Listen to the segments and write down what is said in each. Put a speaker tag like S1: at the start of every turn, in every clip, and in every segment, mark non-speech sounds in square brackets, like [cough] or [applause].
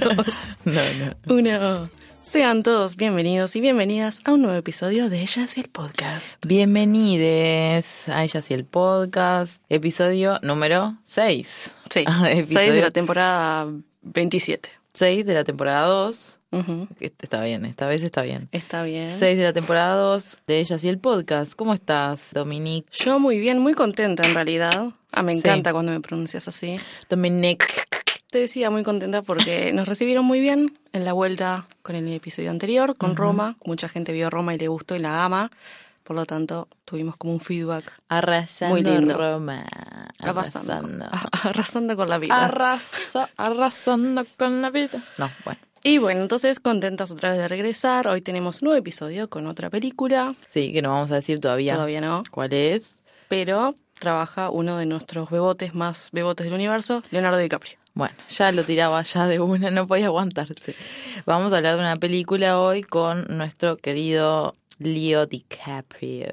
S1: todos.
S2: No, no.
S1: Uno. Sean todos bienvenidos y bienvenidas a un nuevo episodio de Ellas y el Podcast.
S2: Bienvenides a Ellas y el Podcast, episodio número 6.
S1: Sí,
S2: Ah,
S1: seis de
S2: episodio-
S1: la temporada 27.
S2: 6 de la temporada 2.
S1: Ujú,
S2: Está bien, esta vez está bien.
S1: Está bien.
S2: 6 de la temporada 2 de Ellas y el Podcast. ¿Cómo estás, Dominique?
S1: Yo muy bien, muy contenta en realidad. Ah, me
S2: Sí.
S1: encanta cuando me pronuncias así.
S2: Dominique.
S1: Te decía muy contenta [laughs] porque nos recibieron muy bien en la vuelta con el episodio anterior, con Roma. Mucha gente vio Roma y le gustó y la ama. Por lo tanto, tuvimos como un feedback
S2: Arrasando
S1: Muy lindo.
S2: Roma.
S1: arrasando,
S2: Arrasando.
S1: [laughs] arrasando con la vida.
S2: Arrasa, arrasando con la vida. No, bueno.
S1: Y bueno, entonces contentas otra vez de regresar. Hoy tenemos un nuevo episodio con otra película.
S2: Sí, que no vamos a decir todavía.
S1: Todavía no.
S2: ¿Cuál es?
S1: Pero trabaja uno de nuestros bebotes más bebotes del universo, Leonardo DiCaprio.
S2: Bueno, ya lo tiraba ya de una, no podía aguantarse. Vamos a hablar de una película hoy con nuestro querido Leo DiCaprio.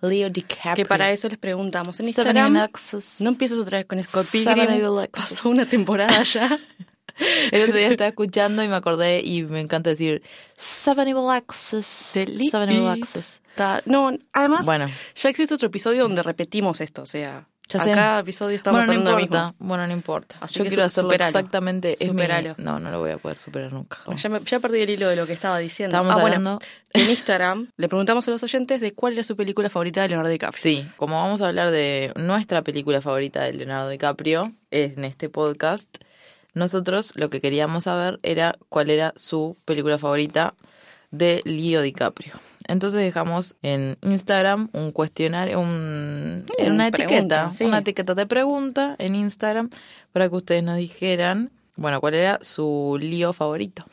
S2: Leo DiCaprio.
S1: Que para eso les preguntamos en
S2: Seven
S1: Instagram.
S2: Alexis.
S1: No empieces otra vez con Scott
S2: Seven Evil
S1: Pilgrim.
S2: Exes.
S1: Pasó una temporada ya.
S2: [laughs] El otro día estaba escuchando y me acordé y me encanta decir Seven Evil Exes.
S1: Delete.
S2: Seven Evil Exes.
S1: Ta- No, además,
S2: Bueno.
S1: ya existe otro episodio donde repetimos esto. O sea,
S2: Ya
S1: a
S2: sé.
S1: cada episodio estamos
S2: bueno, no
S1: hablando de lo
S2: importa.
S1: mismo.
S2: Bueno, no importa.
S1: Así
S2: Yo
S1: que
S2: quiero
S1: su-
S2: hacerlo
S1: superalo.
S2: exactamente. es mi-
S1: Superalo.
S2: No, no lo voy a poder superar nunca.
S1: Bueno, ya, me- ya perdí el hilo de lo que estaba diciendo.
S2: Estábamos
S1: ah,
S2: hablando-
S1: bueno, que en Instagram le preguntamos a los oyentes de cuál era su película favorita de
S2: [laughs]
S1: Leonardo DiCaprio.
S2: Sí, como vamos a hablar de nuestra película favorita de Leonardo DiCaprio en este podcast, nosotros lo que queríamos saber era cuál era su película favorita de Leo DiCaprio. Entonces dejamos en Instagram un cuestionario, un,
S1: Mm,
S2: una
S1: pregunta,
S2: etiqueta,
S1: sí.
S2: una etiqueta de pregunta en Instagram para que ustedes nos dijeran, bueno, cuál era su lío favorito.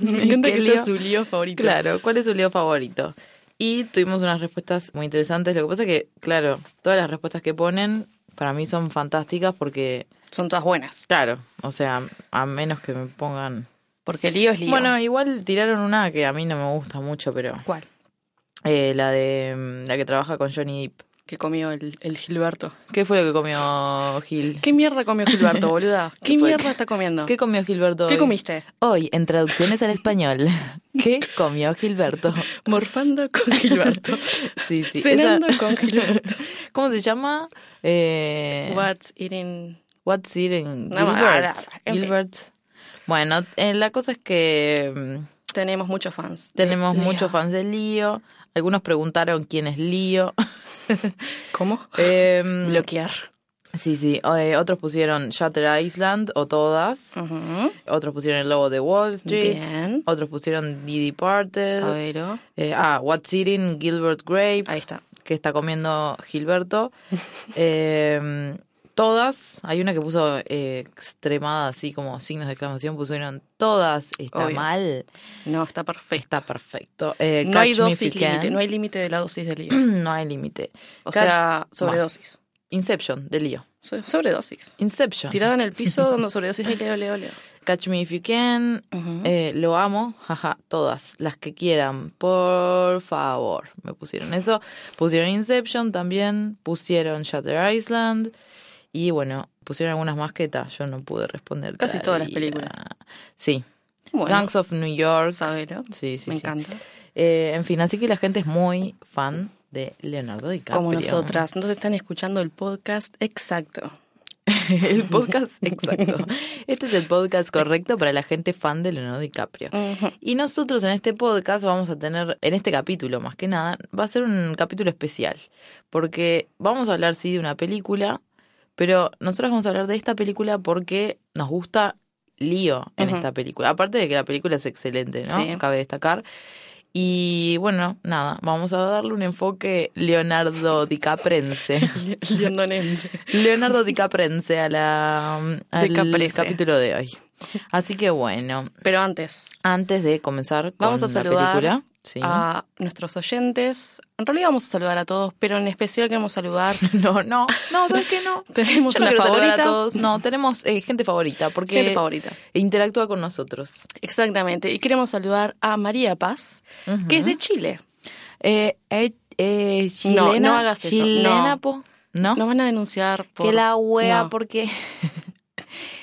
S1: Me encanta
S2: ¿Qué
S1: que sea
S2: lío?
S1: su lío favorito.
S2: Claro, ¿cuál es su lío favorito? Y tuvimos unas respuestas muy interesantes. Lo que pasa es que, claro, todas las respuestas que ponen para mí son fantásticas porque,
S1: Son todas buenas.
S2: claro, o sea, a menos que me pongan...
S1: Porque el lío es lío.
S2: Bueno, igual tiraron una que a mí no me gusta mucho, pero
S1: ¿cuál?
S2: eh, la de mm, la que trabaja con Johnny Depp.
S1: Que comió el, el Gilberto.
S2: ¿Qué fue lo que comió Gil?
S1: ¿Qué mierda comió Gilberto, boluda? [laughs] ¿Qué,
S2: ¿Qué fue?
S1: mierda está comiendo?
S2: ¿Qué comió Gilberto?
S1: ¿Qué
S2: hoy?
S1: comiste?
S2: Hoy, en traducciones al [laughs] español, ¿qué comió Gilberto? [laughs]
S1: Morfando con Gilberto.
S2: Sí, sí. esa- [laughs]
S1: Cenando con Gilberto.
S2: ¿Cómo se llama? Eh,
S1: What's eating?
S2: What's it in
S1: No, ahora,
S2: Gilbert?
S1: en fin.
S2: Gilbert. Bueno, eh, la cosa es que mm,
S1: Tenemos muchos fans. de
S2: tenemos
S1: Leo.
S2: muchos fans de Lío. Algunos preguntaron quién es Lío.
S1: ¿Cómo?
S2: [laughs] Em,
S1: Bloquear.
S2: sí, sí. Eh, otros pusieron Shutter Island o todas.
S1: Ujú.
S2: Otros pusieron el lobo de Wall Street.
S1: Bien.
S2: Otros pusieron The Departed.
S1: Sabero.
S2: Eh, ah, What's Eating Gilbert Grape,
S1: Ahí está.
S2: que está comiendo
S1: [laughs]
S2: Gilberto. Em, todas, hay una que puso eh, extremada, así como signos de exclamación, pusieron todas, está
S1: Obvio.
S2: mal,
S1: No, está perfecto.
S2: está perfecto. Eh,
S1: No hay
S2: catch me if
S1: dosis
S2: you can.
S1: límite. No hay límite de la dosis de
S2: [clears throat]
S1: lío.
S2: No hay límite.
S1: O
S2: Catch-
S1: sea, sobredosis.
S2: Inception, de lío.
S1: So- Sobredosis.
S2: Inception.
S1: Tirada en
S2: [laughs]
S1: el piso, dando sobredosis. Ay, leo, leo, leo.
S2: Catch me if you can. Eh, lo amo, jaja, todas, las que quieran, por favor. Me pusieron eso. Pusieron Inception también, pusieron Shutter Island y bueno, pusieron algunas más que ta, yo no pude responder.
S1: Casi todas las
S2: todavía.
S1: películas.
S2: Sí.
S1: Bueno,
S2: Gangs of New York.
S1: sabelo.
S2: Sí, sí,
S1: Me
S2: sí.
S1: encanta.
S2: Eh, en fin, así que la gente es muy fan de Leonardo DiCaprio.
S1: Como nosotras. Entonces están escuchando el podcast exacto.
S2: [laughs] el podcast, exacto. Este es el podcast correcto para la gente fan de Leonardo DiCaprio. [laughs] Y nosotros en este podcast vamos a tener, en este capítulo más que nada, va a ser un capítulo especial. Porque vamos a hablar, sí, de una película, pero nosotros vamos a hablar de esta película porque nos gusta lío en
S1: Ujú.
S2: esta película. Aparte de que la película es excelente, ¿no?
S1: Sí.
S2: Cabe destacar. Y bueno, nada, vamos a darle un enfoque Leonardo [laughs] DiCaprense.
S1: Leondonense.
S2: Leonardo DiCaprense a la, al
S1: DiCaprese.
S2: capítulo de hoy. Así que bueno,
S1: Pero antes,
S2: antes de comenzar con
S1: Vamos a
S2: la
S1: saludar
S2: película, sí.
S1: a nuestros oyentes. En realidad vamos a saludar a todos, pero en especial
S2: [laughs]
S1: queremos saludar.
S2: [laughs] no, no, no, ¿sabes qué no?
S1: Tenemos
S2: Yo no
S1: una
S2: quiero saludar
S1: favorita.
S2: a todos. No, tenemos eh, gente favorita porque
S1: Gente favorita.
S2: interactúa con nosotros.
S1: Exactamente. Y queremos saludar a María Paz, que es de Chile.
S2: Eh, eh, eh, chilena,
S1: no hagas eso,
S2: chilena,
S1: no.
S2: po, ¿no?
S1: Nos van a denunciar por.
S2: que la wea
S1: No.
S2: porque [laughs]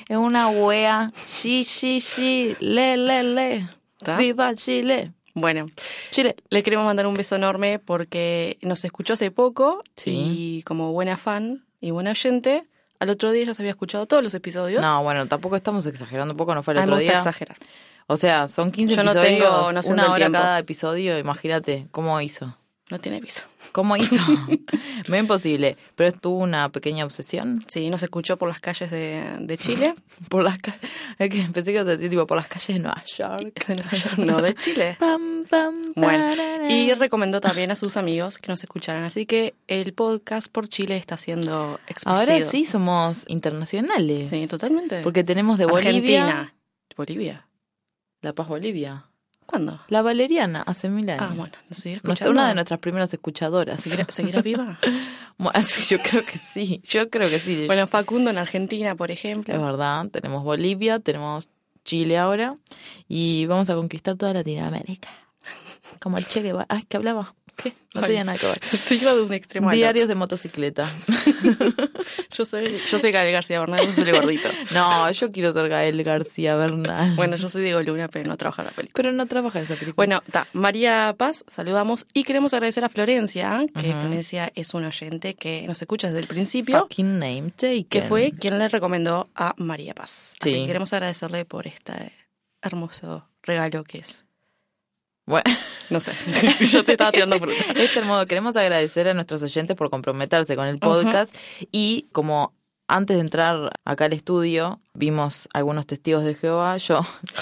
S2: Es una wea. Sí, sí, sí. Le, le, le.
S1: ¿Está?
S2: Viva Chile.
S1: Bueno,
S2: Chile.
S1: les queremos mandar un beso enorme porque nos escuchó hace poco
S2: Sí.
S1: y como buena fan y buena oyente, al otro día ya se había escuchado todos los episodios.
S2: No, bueno, tampoco estamos exagerando un poco, no fue el
S1: a mí me
S2: otro
S1: gusta
S2: día.
S1: exagerar.
S2: O sea, son 15
S1: Yo no
S2: episodios,
S1: tengo noción
S2: una
S1: del
S2: hora
S1: tiempo.
S2: cada episodio, imagínate cómo hizo.
S1: No tiene piso.
S2: ¿Cómo
S1: [laughs]
S2: hizo? Me imposible. Pero estuvo una pequeña obsesión
S1: Sí, nos escuchó por las calles de,
S2: [laughs]
S1: de Chile.
S2: por las calles. Es que pensé que ibas a decir, tipo, por las calles de Nueva York.
S1: no, de Chile.
S2: Pam, pam,
S1: Bueno,
S2: parara.
S1: y recomendó también a sus amigos que nos escucharan. Así que el podcast por Chile está siendo expandido.
S2: ahora sí somos internacionales.
S1: Sí, totalmente.
S2: Porque tenemos de Bolivia.
S1: Argentina. ¿Bolivia?
S2: La Paz Bolivia.
S1: ¿Cuándo?
S2: La Valeriana, hace mil años.
S1: Ah, bueno, ¿nos seguirá
S2: Nuestra-
S1: escuchando?
S2: una de nuestras primeras escuchadoras.
S1: ¿Seguirá, seguirá viva?
S2: [laughs] Bueno, [laughs] sí, yo creo que sí. Yo creo que sí.
S1: bueno, Facundo en Argentina, por ejemplo.
S2: Es verdad, tenemos Bolivia, tenemos Chile ahora y vamos a conquistar toda
S1: [laughs]
S2: Latinoamérica. Como el Che Guevara. Ay, que hablaba. ¿Qué? No tenía nada que ver.
S1: [laughs] Se iba de un extremo al
S2: Diarios de motocicleta.
S1: otro. Yo soy, yo soy Gael García Bernal, yo soy el
S2: [laughs]
S1: gordito.
S2: No, yo quiero ser Gael García Bernal.
S1: Bueno, yo soy Diego Luna, pero no trabajo en la película.
S2: Pero no trabaja en esa película.
S1: Bueno, ta, María Paz, saludamos y queremos agradecer a Florencia, que Florencia es un oyente que nos escucha desde el principio,
S2: fucking name taken.
S1: que fue quien le recomendó a María Paz. Así
S2: Sí.
S1: que queremos agradecerle por este hermoso regalo que es.
S2: Bueno, [laughs]
S1: No sé, yo te estaba tirando fruta.
S2: este modo queremos agradecer a nuestros oyentes por comprometerse con el podcast y como antes de entrar acá al estudio vimos algunos testigos de Jehová, yo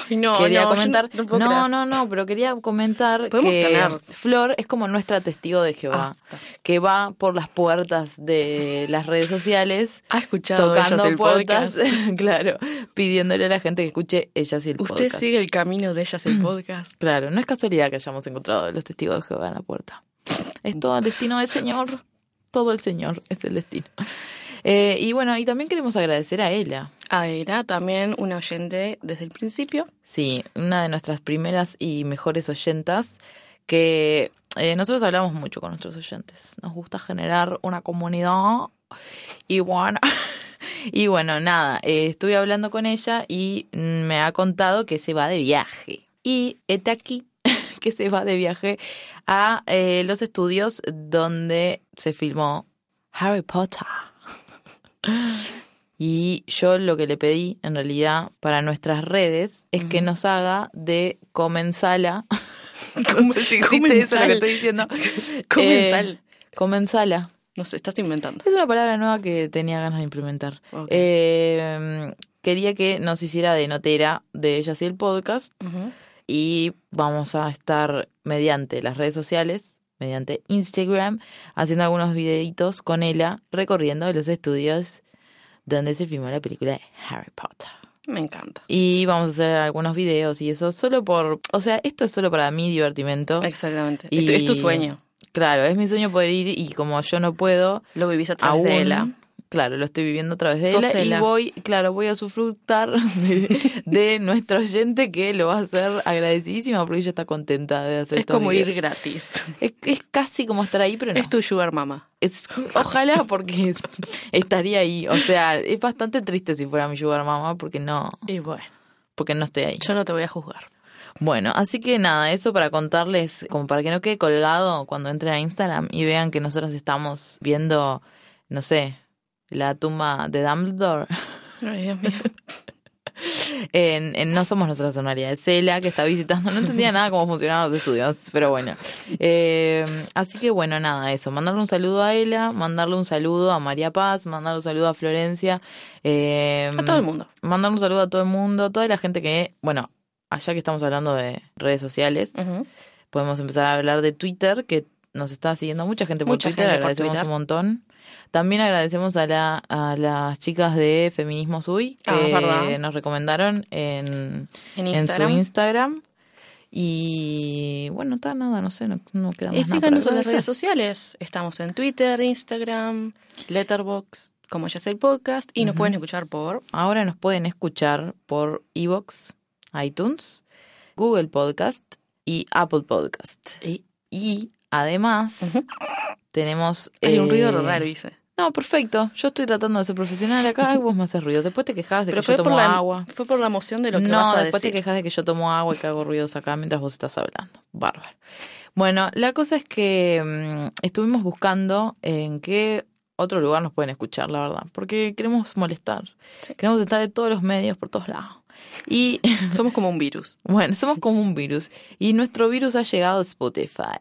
S1: Ay, no,
S2: quería
S1: no, yo
S2: comentar.
S1: No,
S2: No,
S1: puedo creer.
S2: no, no, pero quería comentar
S1: Podemos
S2: que
S1: tener.
S2: Flor es como nuestra testigo de
S1: Ah,
S2: Jehová, que va por las puertas de las redes sociales.
S1: Ha escuchado
S2: Tocando
S1: ellos el
S2: puertas, [laughs]
S1: podcast.
S2: claro, pidiéndole a la gente que escuche ellas y el
S1: Usted
S2: podcast.
S1: sigue el Mm. camino de ellas el podcast.
S2: Claro, no es casualidad que hayamos encontrado los testigos de Jehová en la puerta. Es todo el destino del Señor. Todo el Señor es el destino. Eh, y bueno, y también queremos agradecer a ella.
S1: Ah, era también una oyente desde el [laughs] principio.
S2: Sí, una de nuestras primeras y mejores oyentas, que eh, nosotros hablamos mucho con nuestros oyentes. Nos gusta generar una comunidad y bueno, [laughs] y bueno nada, eh, estuve hablando con ella y mm, me ha contado que se va de viaje. Y está aquí [laughs] que se va de viaje a eh, los estudios donde se filmó Harry Potter. [laughs] Y yo lo que le pedí, en realidad, para nuestras redes, es que nos haga de comensala. no sé
S1: [laughs]
S2: si existe eso lo
S1: comensal.
S2: que estoy
S1: [laughs]
S2: diciendo.
S1: Comensal.
S2: Eh, comensala.
S1: No sé, estás inventando.
S2: Es una palabra nueva que tenía ganas de implementar.
S1: Ok.
S2: Eh, quería que nos hiciera de notera de ellas y el podcast.
S1: Ujú.
S2: Y vamos a estar mediante las redes sociales, mediante Instagram, haciendo algunos videitos con ella, recorriendo los estudios donde se filmó la película de Harry Potter.
S1: Me encanta.
S2: Y vamos a hacer algunos videos y eso solo por... O sea, esto es solo para mi divertimento.
S1: Exactamente.
S2: Y-
S1: Es, tu, es tu sueño.
S2: Claro, es mi sueño poder ir y como yo no puedo,
S1: Lo vivís a través de
S2: aún,
S1: Ela.
S2: Claro, lo estoy viviendo a través de
S1: Sos
S2: ella y
S1: Ela.
S2: voy, claro, voy a sufructar [laughs] de, de nuestro oyente que lo va a hacer agradecidísima porque ella está contenta de hacer
S1: Es
S2: estos
S1: como
S2: videos.
S1: ir gratis.
S2: Es, es casi como estar ahí, pero no.
S1: [laughs] Es tu sugar mama.
S2: Es- ojalá porque [laughs] estaría ahí. O sea, es bastante triste si fuera mi sugar mamá porque no,
S1: Y bueno,
S2: porque no estoy ahí.
S1: yo no te voy a juzgar.
S2: Bueno, así que nada, eso para contarles, como para que no quede colgado cuando entren a Instagram y vean que nosotros estamos viendo, no sé, la tumba de Dumbledore. [laughs]
S1: Ay, Dios mío.
S2: En, en No Somos Nosotras en realidad, es Ela que está visitando. No entendía nada cómo funcionaban los estudios, pero bueno. Eh, así que bueno, nada, eso. Mandarle un saludo a Ela, mandarle un saludo a María Paz, mandarle un saludo a Florencia. eh,
S1: A todo el mundo.
S2: Mandar un saludo a todo el mundo, toda la gente que, bueno, allá que estamos hablando de redes sociales,
S1: Ujú.
S2: podemos empezar a hablar de Twitter, que nos está siguiendo mucha gente por
S1: Mucha
S2: Twitter,
S1: gente por
S2: agradecemos
S1: Twitter.
S2: un montón. También agradecemos a, la, a las chicas de Feminismo Sui, que
S1: Ah, es verdad.
S2: nos recomendaron en,
S1: En
S2: en su
S1: Instagram.
S2: Instagram. Y bueno, está nada, no sé, no, no queda más
S1: y
S2: nada por
S1: síganos en las
S2: agradecer.
S1: redes sociales. Estamos en Twitter, Instagram, Letterboxd, como ya es el podcast. Y nos pueden escuchar por
S2: Ahora nos pueden escuchar por Evox, iTunes, Google Podcast y Apple Podcast.
S1: Y-
S2: Y además tenemos...
S1: Hay un
S2: eh,
S1: ruido raro, dice.
S2: No, perfecto. Yo estoy tratando de ser profesional acá y vos me haces ruido. Después te quejas de
S1: Pero
S2: que yo
S1: fue por,
S2: tomo
S1: la,
S2: agua.
S1: fue por la emoción de lo que
S2: no,
S1: vas a
S2: después
S1: decir.
S2: te quejas de que yo tomo agua y que hago ruidos acá mientras vos estás hablando. Bárbaro. Bueno, la cosa es que mm, estuvimos buscando en qué otro lugar nos pueden escuchar, la verdad. Porque queremos molestar.
S1: Sí.
S2: Queremos estar en todos los medios, por todos lados. Y
S1: Somos como
S2: [laughs]
S1: un virus.
S2: bueno, somos como un virus. Y nuestro virus ha llegado a Spotify.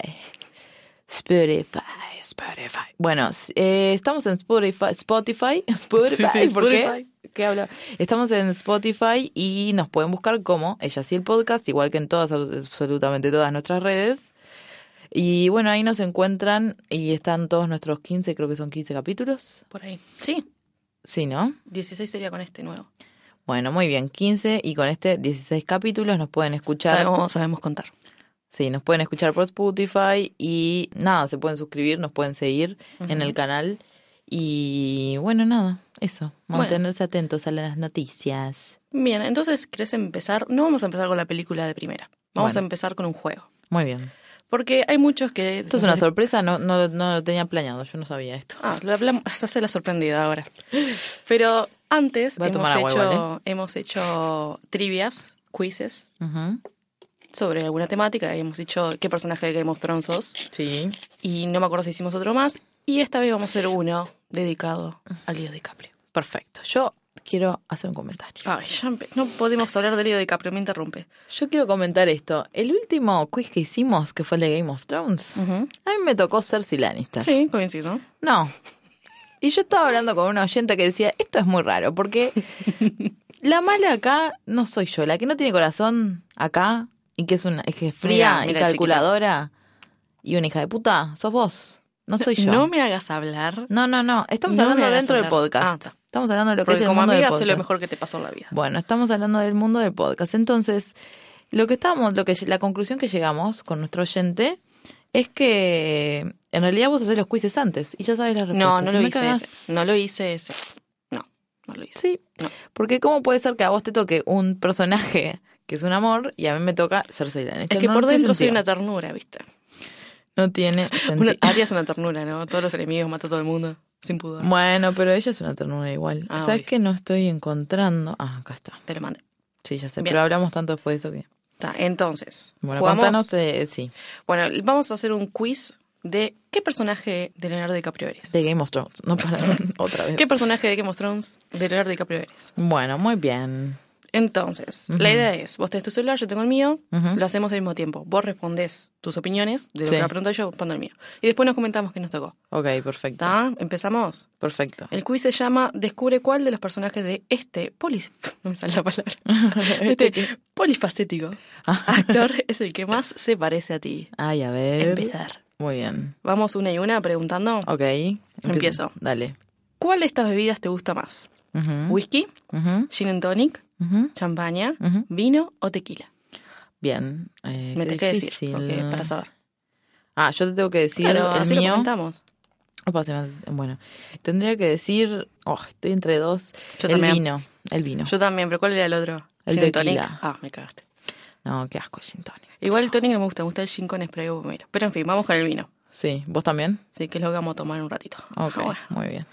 S2: Spotify, Spotify. Bueno, s- eh, estamos en Spotify. Spotify, [laughs] Spotify.
S1: sí,
S2: ¿por qué?
S1: Spotify.
S2: ¿Qué habla? Estamos en Spotify y nos pueden buscar como Ella sí el podcast, igual que en todas, absolutamente todas nuestras redes. Y bueno, ahí nos encuentran y están todos nuestros 15, creo que son 15 capítulos.
S1: Por ahí. Sí,
S2: Sí, ¿no?
S1: 16 sería con este nuevo.
S2: Bueno, muy bien, 15 y con este 16 capítulos nos pueden escuchar.
S1: Sabemos, sabemos contar.
S2: Sí, nos pueden escuchar por Spotify y nada, se pueden suscribir, nos pueden seguir en el canal. Y bueno, nada, eso,
S1: Bueno.
S2: mantenerse atentos a las noticias.
S1: Bien, entonces, ¿querés empezar? No vamos a empezar con la película de primera. Vamos
S2: Bueno.
S1: a empezar con un juego.
S2: Muy bien.
S1: Porque hay muchos que...
S2: Esto es una sorpresa, no, no, no lo tenía planeado, yo no sabía esto.
S1: Ah, lo hablamos, se hace la sorprendida ahora. Pero antes
S2: Voy a
S1: hemos
S2: tomar agua
S1: hecho,
S2: igual,
S1: hemos hecho trivias, quizzes
S2: Ujú.
S1: sobre alguna temática. y Hemos dicho qué personaje de Game of Thrones sos.
S2: Sí.
S1: Y no me acuerdo si hicimos otro más. Y esta vez vamos a hacer uno dedicado a Leo DiCaprio.
S2: Perfecto. Yo quiero hacer un comentario.
S1: Ay, ya empe- no podemos hablar de Leo DiCaprio, me interrumpe.
S2: Yo quiero comentar esto. El último quiz que hicimos, que fue el de Game of Thrones, a mí me tocó Cersei Lannister.
S1: Sí, coincido.
S2: No. Y yo estaba hablando con una oyenta que decía, esto es muy raro,
S1: [laughs]
S2: porque la mala acá no soy yo, la que no tiene corazón acá y que es una es que es fría
S1: Mirá,
S2: y
S1: mirá,
S2: calculadora y una hija de puta, sos vos, no soy yo.
S1: No me hagas hablar.
S2: no, no, no, estamos
S1: No me
S2: hablando
S1: hagas
S2: dentro del
S1: hablar. Ah,
S2: podcast.
S1: está.
S2: estamos hablando de lo que es
S1: Porque
S2: el
S1: como
S2: mundo del
S1: amiga
S2: podcast.
S1: sé lo mejor que te pasó en la vida.
S2: Bueno, estamos hablando del mundo del podcast. Entonces, lo que estamos, lo que la conclusión que llegamos con nuestro oyente es que en realidad vos hacés los quizzes antes y ya sabes la respuesta.
S1: No, no lo hice
S2: cagás.
S1: ese. No lo hice ese. No, no lo hice.
S2: Sí,
S1: No.
S2: porque cómo puede ser que a vos te toque un personaje que es un amor y a mí me toca Cersei Lannister.
S1: Es que
S2: No
S1: por
S2: tiene
S1: dentro soy
S2: sentido.
S1: una ternura, ¿viste?
S2: No tiene
S1: [laughs] Una,
S2: sentido.
S1: Aria es una ternura, ¿no? Todos los enemigos, mata a todo el mundo, sin pudor.
S2: Bueno, pero ella es una ternura igual.
S1: Ah,
S2: ¿Sabes
S1: obvio.
S2: que no estoy encontrando? Ah, acá está.
S1: Te lo mandé.
S2: Sí, ya sé,
S1: Bien.
S2: pero hablamos tanto después de eso que...
S1: Está, entonces,
S2: Bueno,
S1: jugamos-
S2: contanos, eh, sí,
S1: Bueno, vamos a hacer un quiz de qué personaje de Leonardo DiCaprio eres.
S2: de Game of Thrones, no para [laughs] otra vez.
S1: ¿Qué personaje de Game of Thrones de Leonardo DiCaprio eres?
S2: Bueno, muy bien.
S1: Entonces, la idea es, vos tenés tu celular, yo tengo el mío, lo hacemos al mismo tiempo. Vos respondés tus opiniones de lo
S2: Sí.
S1: que la pregunta yo, respondo el mío. Y después nos comentamos qué nos tocó.
S2: Ok, perfecto.
S1: ¿Está? Empezamos.
S2: Perfecto.
S1: El quiz se llama Descubre cuál de los personajes de este polis... [laughs] No me sale
S2: [laughs]
S1: la palabra.
S2: Este
S1: Este polifacético actor es el que más se parece a ti.
S2: Ay, a ver.
S1: Empezar.
S2: Muy bien.
S1: Vamos una y una preguntando.
S2: Ok. empiezo.
S1: Empiezo.
S2: Dale.
S1: ¿Cuál de estas bebidas te gusta más?
S2: Ujú,
S1: ¿Whisky,
S2: ujú,
S1: gin and tonic,
S2: ujú.
S1: champaña,
S2: Ujú.
S1: vino o tequila?
S2: Bien. eh,
S1: Me
S2: qué
S1: tenés que decir,
S2: difícil.
S1: porque para saber.
S2: Ah, yo te tengo que decir
S1: claro,
S2: el
S1: así lo
S2: mío.
S1: comentamos.
S2: Opa, se me- Bueno, tendría que decir. Oh, estoy entre dos.
S1: Yo
S2: el
S1: también.
S2: vino. El vino.
S1: Yo también, pero ¿cuál era el otro?
S2: El
S1: gin and tonic.
S2: tequila.
S1: Ah, me cagaste.
S2: No, qué asco, gin tonic.
S1: Igual el tonic no me gusta, me gusta el gin con spray o pomelo. Pero en fin, vamos con el vino.
S2: Sí, ¿vos también?
S1: Sí, que es lo que vamos a tomar en un ratito.
S2: Ok,
S1: Ahora.
S2: muy
S1: [laughs]
S2: bien.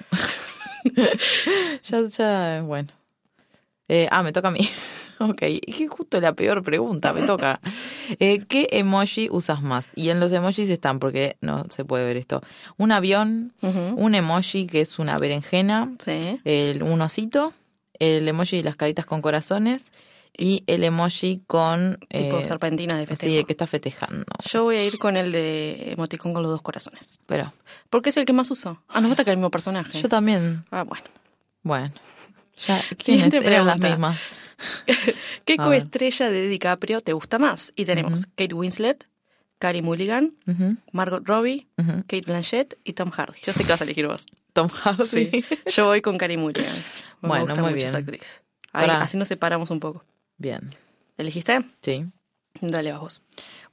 S2: ya, ya, bueno. Eh, ah, me toca a mí. [laughs] ok, es que justo la peor pregunta, me toca.
S1: [laughs]
S2: Eh, ¿Qué emoji usas más? Y en los emojis están, porque no se puede ver esto. Un avión,
S1: Ujú.
S2: un emoji que es una berenjena,
S1: Sí.
S2: el, un osito, el emoji de las caritas con corazones y el emoji con...
S1: Tipo
S2: eh,
S1: serpentina de festejo.
S2: sí, el que está festejando.
S1: Yo voy a ir con el de emoticón con los dos corazones.
S2: Pero
S1: Porque es el que más uso. Ah, nos gusta que el mismo personaje.
S2: yo también,
S1: ah, bueno. [laughs]
S2: bueno. Ya, ¿quiénes
S1: Siguiente
S2: eran las
S1: pregunta.
S2: mismas?
S1: ¿Qué
S2: A
S1: coestrella de DiCaprio te gusta más? Y tenemos Kate Winslet, Carey Mulligan,
S2: Ujú,
S1: Margot Robbie,
S2: ujú.
S1: Kate Blanchett y Tom Hardy. Yo sé que vas a elegir vos.
S2: Tom Hardy.
S1: Yo voy con Carey Mulligan. Me
S2: Bueno,
S1: gusta
S2: muy
S1: mucho esa
S2: bien.
S1: actriz. Ahí,
S2: Pará.
S1: así nos separamos un poco.
S2: Bien,
S1: ¿Elegiste?
S2: sí.
S1: Dale, vas vos.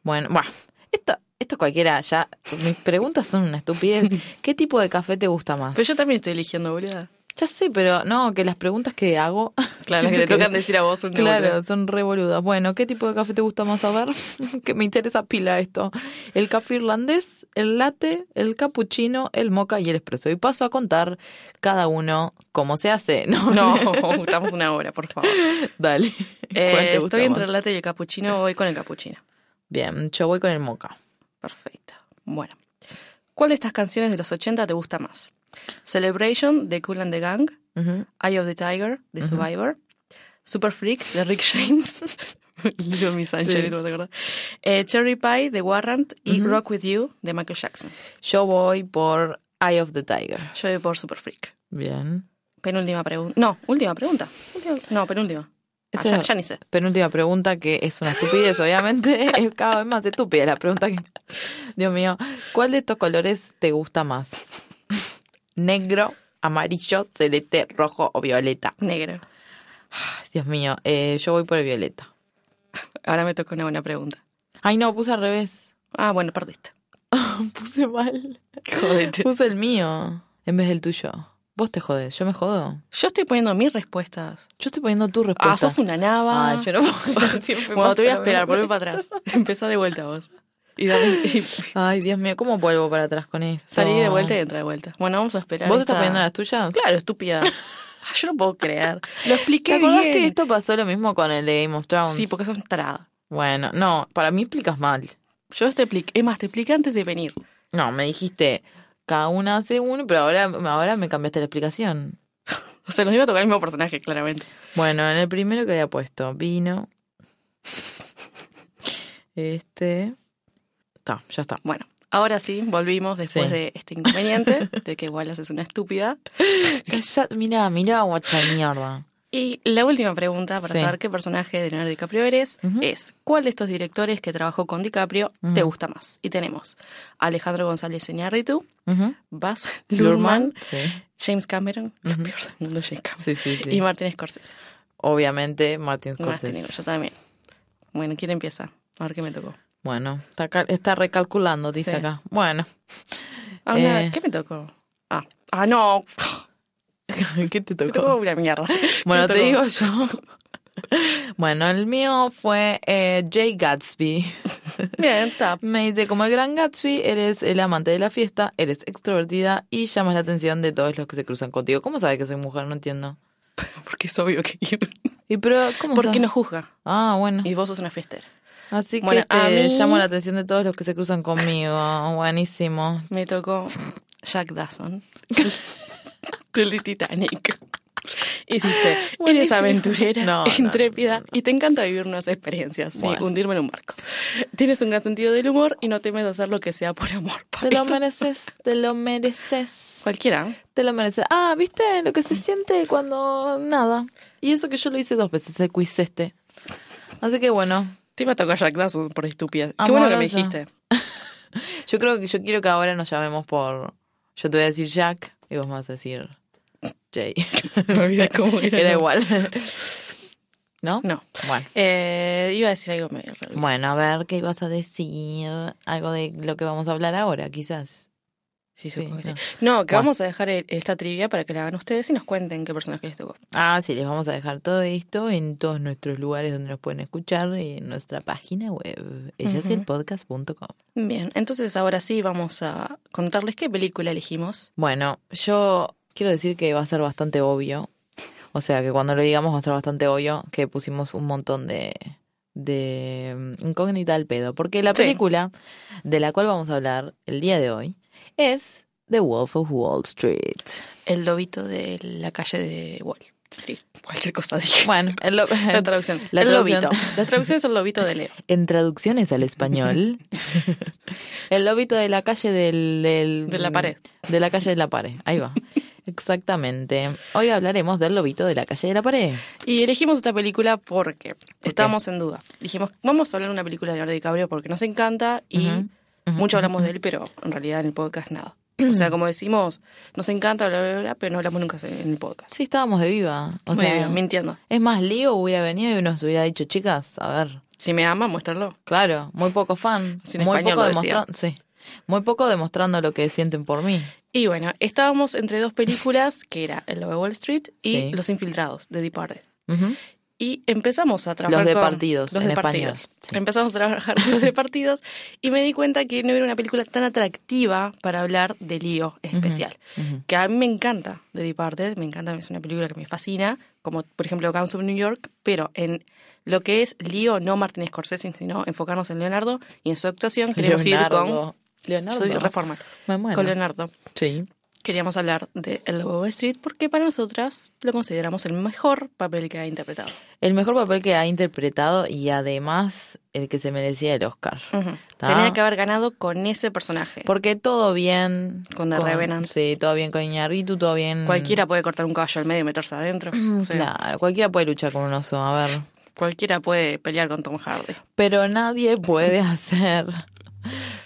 S2: Bueno, buah, esto, esto es cualquiera,
S1: [laughs]
S2: ya. Mis preguntas son una estupidez. ¿Qué tipo de café te gusta más?
S1: Pero yo también estoy eligiendo, boluda.
S2: Ya sé, pero no, que las preguntas que hago. [laughs]
S1: Claro, las que te
S2: siento
S1: tocan decir a vos son de
S2: Claro,
S1: boludo.
S2: son re boludas. Bueno, ¿qué tipo de café te gusta más saber? [laughs] que me interesa pila esto. El café irlandés, el latte, el cappuccino, el mocha y el espresso. Y paso a contar cada uno cómo se hace. No,
S1: No, [laughs] estamos una hora, por favor.
S2: [laughs] Dale.
S1: Eh,
S2: ¿Cuál te gusta
S1: estoy entre
S2: más?
S1: el latte y el capuchino, voy con el capuchino.
S2: Bien, yo voy con el mocha.
S1: Perfecto. Bueno. ¿Cuál de estas canciones de los 80 te gusta más? Celebration de Cool and the Gang,
S2: Ujú.
S1: Eye of the Tiger de Survivor, Super Freak de Rick James, [laughs] Little Miss Angelina, ¿no te acordás? Eh, Cherry Pie de Warrant y Rock With You de Michael Jackson.
S2: Yo voy por Eye of the Tiger.
S1: Yo voy por Super Freak.
S2: Bien.
S1: Penúltima pregunta. No, última pregunta. Última- No, penúltima. Ah,
S2: Esta
S1: ya,
S2: era-
S1: ya ni sé.
S2: Penúltima pregunta, que es una [laughs] estupidez, obviamente. Es cada vez más estúpida la pregunta que. Dios mío. ¿Cuál de estos colores te gusta más? Negro, amarillo, celeste, rojo o violeta.
S1: Negro.
S2: Ay, Dios mío, eh, yo voy por el violeta.
S1: Ahora me toca una buena pregunta.
S2: Ay, no, puse al revés.
S1: Ah, bueno, perdiste.
S2: [laughs] Puse mal.
S1: Jodete.
S2: Puse el mío en vez del tuyo. Vos te jodes, yo me jodo.
S1: Yo estoy poniendo mis respuestas.
S2: Yo estoy poniendo tu respuesta.
S1: Ah, sos una nava.
S2: Ay, Ah, yo no [laughs] puedo. Siempre
S1: Bueno, te voy a
S2: pasa lo
S1: esperar,
S2: mismo.
S1: volvé para
S2: [laughs]
S1: atrás. Empezá de vuelta vos. Y, dale- y
S2: Ay, Dios mío, ¿cómo vuelvo para atrás con esto?
S1: salí de vuelta y entra de vuelta. Bueno, vamos a esperar.
S2: ¿Vos estás
S1: esta-
S2: poniendo las tuyas? [laughs]
S1: Claro, estúpida. Ah, Yo no puedo creer. Lo expliqué
S2: ¿Te acordás
S1: bien.
S2: que esto pasó lo mismo con el de Game of Thrones?
S1: Sí, porque sos tarada.
S2: Bueno, no, para mí explicas mal.
S1: Yo te expliqué, es más, te expliqué antes de venir.
S2: No, me dijiste, cada una hace uno, pero ahora, ahora me cambiaste la explicación.
S1: O sea, nos iba a tocar el mismo personaje, claramente.
S2: Bueno, en el primero que había puesto, vino. Este. Está, ya está.
S1: Bueno, ahora sí, volvimos después
S2: Sí.
S1: de este inconveniente, de que Wallace es una estúpida.
S2: Calla- mirá, mirá, guacha de mierda.
S1: Y la última pregunta para
S2: Sí.
S1: saber qué personaje de Leonardo DiCaprio eres
S2: Ujú.
S1: es ¿cuál de estos directores que trabajó con DiCaprio te gusta más? Y tenemos Alejandro González Iñárritu,
S2: Ujú.
S1: Baz
S2: Lurman.
S1: Luhrmann,
S2: Sí,
S1: James Cameron, [laughs] lo peor del mundo James Cameron,
S2: sí, sí. sí.
S1: y Martin Scorsese.
S2: Obviamente, Martin
S1: Martin,
S2: Scorsese.
S1: yo también. Bueno, ¿quién empieza? A ver qué me tocó.
S2: Bueno, está, cal- está recalculando, dice
S1: Sí.
S2: acá. Bueno, [laughs]
S1: Ah, una-
S2: Eh.
S1: ¿Qué me tocó? Ah, ah no, [laughs]
S2: ¿qué te tocó?
S1: me tocó una mierda.
S2: Bueno,
S1: [laughs] Me
S2: te
S1: tocó-
S2: digo yo. [laughs] Bueno, el mío fue eh, Jay Gatsby.
S1: Bien, está.
S2: Me dice, como el gran Gatsby, eres el amante de la fiesta, eres extrovertida y llamas la atención de todos los que se cruzan contigo. ¿Cómo sabe que soy mujer? No entiendo.
S1: Porque es obvio que...
S2: Y pero, ¿cómo
S1: Porque
S2: sabe?
S1: nos juzga.
S2: Ah, bueno.
S1: Y vos sos una fiestera.
S2: Así que
S1: Bueno, a
S2: te
S1: mí-
S2: llamo la atención de todos los que se cruzan conmigo. Buenísimo.
S1: Me tocó Jack Dawson [laughs] del Titanic. Y dice, eres
S2: Buenísimo.
S1: aventurera,
S2: No, no,
S1: intrépida y te encanta vivir nuevas experiencias, sí,
S2: Bueno.
S1: hundirme en un barco. Tienes un gran sentido del humor y no temes hacer lo que sea por amor.
S2: Te lo
S1: Esto-
S2: mereces, te lo mereces.
S1: Cualquiera.
S2: Te lo mereces. Ah, ¿viste lo que se siente cuando nada? Y eso que yo lo hice dos veces, el quiz este. Así que bueno,
S1: Te iba a tocar Jack Dawson por estúpida. Qué bueno que me
S2: Amorosa.
S1: dijiste. [laughs]
S2: yo creo que yo quiero que ahora nos llamemos por... Yo te voy a decir Jack y vos me vas a decir Jay. [laughs]
S1: Me olvidé cómo era.
S2: Era igual. [laughs] ¿No?
S1: No.
S2: Bueno.
S1: Eh, iba a decir algo medio raro.
S2: Bueno, a ver qué ibas a decir. Algo de lo que vamos a hablar ahora, quizás.
S1: Sí,
S2: Sí,
S1: supongo que sí.
S2: no.
S1: No, que
S2: Bueno.
S1: vamos a dejar el- esta trivia para que la hagan ustedes y nos cuenten qué personaje les tocó.
S2: Ah, sí, les vamos a dejar todo esto en todos nuestros lugares donde nos pueden escuchar, en nuestra página web, ellasielpodcast.com.
S1: Bien, entonces ahora sí vamos a contarles qué película elegimos.
S2: Bueno, yo quiero decir que va a ser bastante obvio. O sea, que cuando lo digamos va a ser bastante obvio que pusimos un montón de, de mm, incógnita al pedo. Porque la
S1: Sí.
S2: película de la cual vamos a hablar el día de hoy es The Wolf of Wall Street.
S1: El lobito de la calle de Wall Street. [laughs] Cualquier cosa dije.
S2: Bueno, en,
S1: [laughs]
S2: lo-
S1: la traducción.
S2: la
S1: el
S2: traducción.
S1: lobito. La traducción es el lobito de Leo.
S2: en traducciones al
S1: [laughs]
S2: español, el lobito de la calle del, del- mm,
S1: De la pared.
S2: De la calle de la pared, ahí
S1: [laughs]
S2: va. Exactamente. Hoy hablaremos del lobito de la calle de la pared.
S1: [laughs] Y elegimos esta película porque estábamos en duda. Dijimos, vamos a hablar de una película de Leonardo DiCaprio porque nos encanta y mucho hablamos de él, pero en realidad en el podcast nada. O sea, como decimos, nos encanta, bla, bla, bla, pero no hablamos nunca en el podcast.
S2: Sí, estábamos de viva. O
S1: Muy
S2: sea,
S1: bien, mintiendo.
S2: es más, Leo hubiera venido y nos hubiera dicho, chicas, a ver,
S1: Si me ama, muéstralo.
S2: claro, muy poco fan,
S1: [laughs] Sin
S2: muy
S1: español
S2: poco
S1: lo decía.
S2: demostrando, sí, muy poco demostrando lo que sienten por mí.
S1: Y bueno, estábamos entre
S2: [laughs]
S1: dos películas, que era El Lobo de Wall Street y
S2: Sí.
S1: Los Infiltrados, de Deep Purple.
S2: Ujú.
S1: Y empezamos a trabajar
S2: de
S1: con-
S2: partidos,
S1: los
S2: en
S1: de
S2: español,
S1: partidos.
S2: sí.
S1: Empezamos a trabajar con los de partidos y me di cuenta que no era una película tan atractiva para hablar de lío en especial.
S2: ujú. Mm.
S1: Que a mí me encanta The Departed, me encanta, es una película que me fascina, como por ejemplo Guns of New York, pero en lo que es lío, no Martin Scorsese, sino enfocarnos en Leonardo y en
S2: [laughs]
S1: su actuación queremos ir con...
S2: Leonardo. Leonardo.
S1: Soy reforma.
S2: Me muero.
S1: Con Leonardo
S2: Sí.
S1: queríamos hablar de El Lobo de Wall Street porque para nosotras lo consideramos el mejor papel que ha interpretado.
S2: El mejor papel que ha interpretado y además el que se merecía el Oscar. ¿Tá?
S1: Tenía que haber ganado con ese personaje.
S2: Porque todo bien.
S1: Con The Revenant.
S2: Sí, todo bien con Iñarritu, todo bien.
S1: Cualquiera puede cortar un caballo al medio y meterse adentro. O
S2: Mm,
S1: sea,
S2: Claro, cualquiera puede luchar con un oso, a ver.
S1: Cualquiera puede pelear con Tom Hardy.
S2: Pero nadie puede [laughs] hacer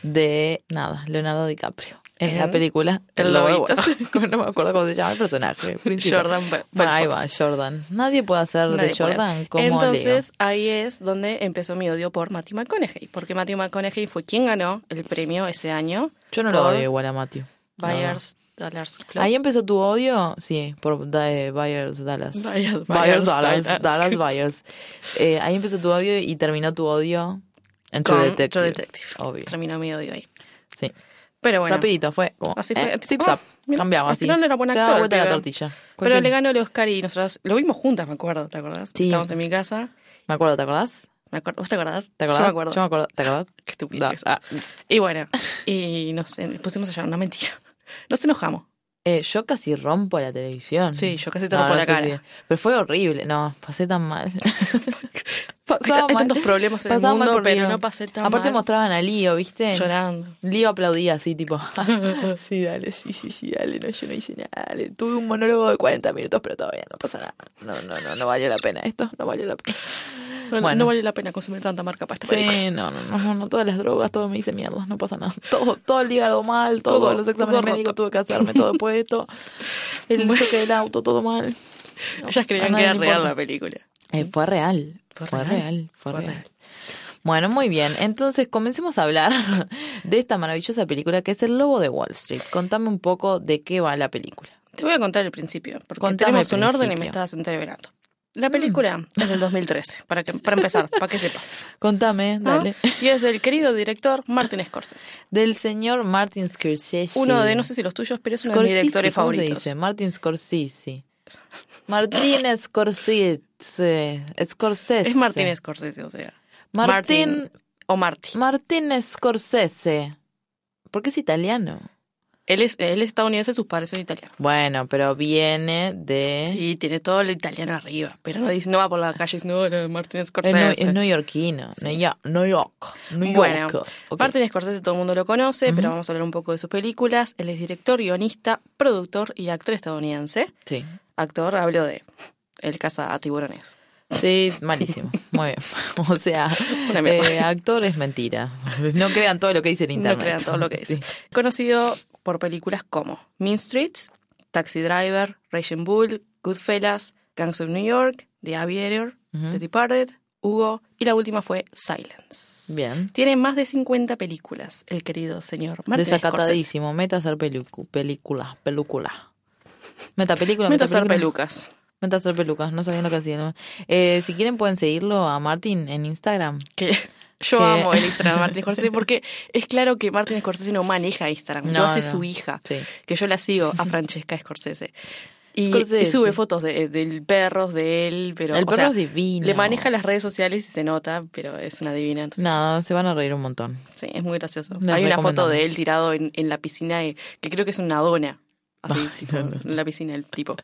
S2: de nada, Leonardo DiCaprio. En la
S1: En
S2: película
S1: ¿Eh? El
S2: Lobo de
S1: Lobito.
S2: Wall Street. [laughs] no me acuerdo cómo se llama el personaje. principal.
S1: Jordan Be-
S2: Bueno, ahí va, Jordan. Nadie puede hacer
S1: Nadie
S2: de
S1: puede.
S2: Jordan como
S1: Entonces ahí es donde empezó mi odio por Matthew McConaughey. Porque Matthew McConaughey fue quien ganó el premio ese año.
S2: Leo. Yo no lo
S1: por
S2: odio igual a Matthew. la verdad.
S1: Buyers Dollars Club.
S2: Ah. Ahí empezó tu odio, sí, por da- eh, Byers Dallas.
S1: Byers- Byers
S2: Byers Dallas.
S1: Dallas.
S2: Dallas Byers. Eh, ahí empezó tu odio y terminó tu odio en
S1: con
S2: True
S1: True
S2: Detective.
S1: Detective.
S2: Obvio.
S1: Terminó mi odio ahí.
S2: Sí.
S1: Pero bueno.
S2: Rapidito, fue como.
S1: Así fue,
S2: eh,
S1: tipo,
S2: tips
S1: ah,
S2: up.
S1: mira,
S2: Cambiaba
S1: al
S2: así.
S1: final era buen
S2: Se daba
S1: actor,
S2: vuelta la
S1: pibe.
S2: tortilla.
S1: Pero
S2: Cualquier-
S1: le ganó el Oscar y nosotras lo vimos juntas, me acuerdo, ¿te acordás?
S2: Sí.
S1: Estábamos en mi casa.
S2: Me acuerdo, ¿te acordás?
S1: Me acuerdo, ¿Vos te acordás?
S2: ¿Te acordás?
S1: Yo me acuerdo.
S2: ¿Te acordás?
S1: Qué estúpido.
S2: No,
S1: que sos.
S2: ah,
S1: Y bueno, y nos en- pusimos a llorar, no mentira. [laughs] Nos enojamos.
S2: eh, yo casi rompo la televisión.
S1: Sí, yo casi te
S2: No,
S1: rompo
S2: no
S1: la
S2: sé
S1: cara.
S2: si- Pero fue horrible. No, pasé tan [laughs] mal.
S1: Hay,
S2: Pasaba
S1: hay
S2: mal.
S1: tantos problemas en el
S2: Pasaba mal
S1: mundo,
S2: por
S1: pero
S2: Lío.
S1: no pasé tan
S2: Aparte
S1: mal.
S2: mostraban a Lío, ¿viste?
S1: llorando.
S2: Lío aplaudía así, tipo, [laughs] sí, dale, sí, sí, sí, dale, no, yo no hice nada, dale. tuve un monólogo de 40 minutos, pero todavía no pasa nada, no, no, no, no valió la pena esto, no valió la pena.
S1: No,
S2: Bueno.
S1: no vale la pena consumir tanta marca para esta película. [laughs]
S2: Sí, no, no, no, no, no, todas las drogas, todo me hice mierda, no pasa nada, todo, todo el hígado mal, todo,
S1: Todo-
S2: los exámenes
S1: todo
S2: médicos
S1: roto.
S2: tuve que hacerme, [laughs] todo puesto, el choque del auto, todo [laughs] mal.
S1: Ellas creían
S2: A nadie
S1: que era
S2: le
S1: real
S2: importa.
S1: la película.
S2: Eh, fue real.
S1: Fue
S2: Fue,
S1: real,
S2: real,
S1: fue
S2: fue, real.
S1: real.
S2: Bueno, muy bien. Entonces comencemos a hablar [laughs] de esta maravillosa película que es El Lobo de Wall Street. Contame un poco de qué va la película.
S1: Te voy a contar el principio, porque
S2: Contame
S1: tenemos
S2: el
S1: un orden y me
S2: principio.
S1: estabas entreverando. La película es del 2013, para, que, para empezar, para que sepas.
S2: Contame,
S1: ¿no?
S2: dale.
S1: Y es del querido director Martin Scorsese.
S2: Del señor Martin Scorsese.
S1: Uno de, no sé si los tuyos, pero es uno de mis
S2: Scorsese,
S1: directores
S2: ¿cómo
S1: favoritos.
S2: se dice? Martin Scorsese. Martín Scorsese. Scorsese.
S1: Es Martin Scorsese, o sea.
S2: Martín,
S1: O Marty.
S2: Martín Scorsese. Porque es italiano.
S1: Él es, él es estadounidense, sus padres son italianos.
S2: Bueno, pero viene de...
S1: Sí, tiene todo el italiano arriba, pero no, dice, no va por la calle diciendo, no, no, Martin
S2: Es, nue-
S1: Scorsese.
S2: es neoyorquino, New York, New York, New
S1: Bueno,
S2: York. Ok.
S1: Martin Scorsese todo el mundo lo conoce, pero vamos a hablar un poco de sus películas. Él es director, guionista, productor y actor estadounidense.
S2: Sí,
S1: Actor, hablo de El caza a tiburones.
S2: sí,
S1: [laughs]
S2: malísimo, muy bien. [laughs] O sea,
S1: Una mierda.
S2: eh, actor es mentira. No crean todo lo que dice en internet.
S1: No crean todo lo que dice.
S2: Sí.
S1: [laughs] Conocido por películas como Mean Streets, Taxi Driver, Raging Bull, Goodfellas, Gangs of New York, The Aviator, The Departed, Hugo y la última fue Silence.
S2: Bien,
S1: Tiene más de 50 películas, el querido señor Martin Scorsese.
S2: desacatadísimo. Meta a hacer pelicu- película, película. Meta película,
S1: Mete a hacer
S2: película.
S1: pelucas.
S2: Meta a hacer pelucas, no sabían lo que hacían. Eh, si quieren pueden seguirlo a Martín en Instagram.
S1: Que
S2: Que-
S1: yo [laughs] amo el Instagram de Martin Scorsese porque es claro que Martin Scorsese no maneja Instagram, lo
S2: No,
S1: hace
S2: no.
S1: su hija.
S2: Sí.
S1: Que yo la sigo a Francesca Scorsese. Y,
S2: Scorsese.
S1: y sube fotos de, del perros de él, pero
S2: El
S1: o
S2: perro
S1: sea,
S2: es divino.
S1: Le maneja las redes sociales y se nota, pero es una divina. entonces,
S2: Nada, se van a reír un montón.
S1: sí, es muy gracioso.
S2: Les
S1: Hay una foto de él
S2: recomendamos.
S1: tirado en, en la piscina, eh, que creo que es una dona. Así,
S2: Ay,
S1: tipo,
S2: no, no.
S1: en la piscina el tipo.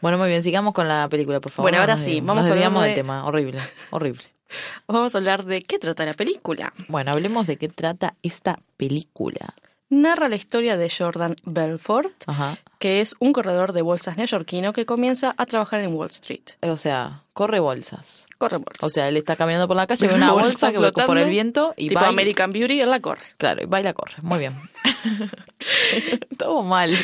S2: Bueno, muy bien, sigamos con la película, por favor.
S1: Bueno, ahora
S2: Nos
S1: sí,
S2: desviamos-
S1: vamos
S2: nos
S1: a hablar
S2: desviamos
S1: de-
S2: del tema. Horrible, horrible.
S1: Vamos a hablar de qué trata la película.
S2: Bueno, hablemos de qué trata esta película.
S1: Narra la historia de Jordan Belfort,
S2: Ajá.
S1: que es un corredor de bolsas neoyorquino que comienza a trabajar en Wall Street.
S2: Eh, O sea, corre bolsas.
S1: Corre bolsas.
S2: O sea, él está caminando por la calle, ve una
S1: Una bolsa
S2: bolsa que va por
S1: flotando,
S2: el viento y
S1: tipo
S2: va. y-
S1: American Beauty, él la corre.
S2: Claro, y va y la corre. Muy bien. [laughs] Todo mal.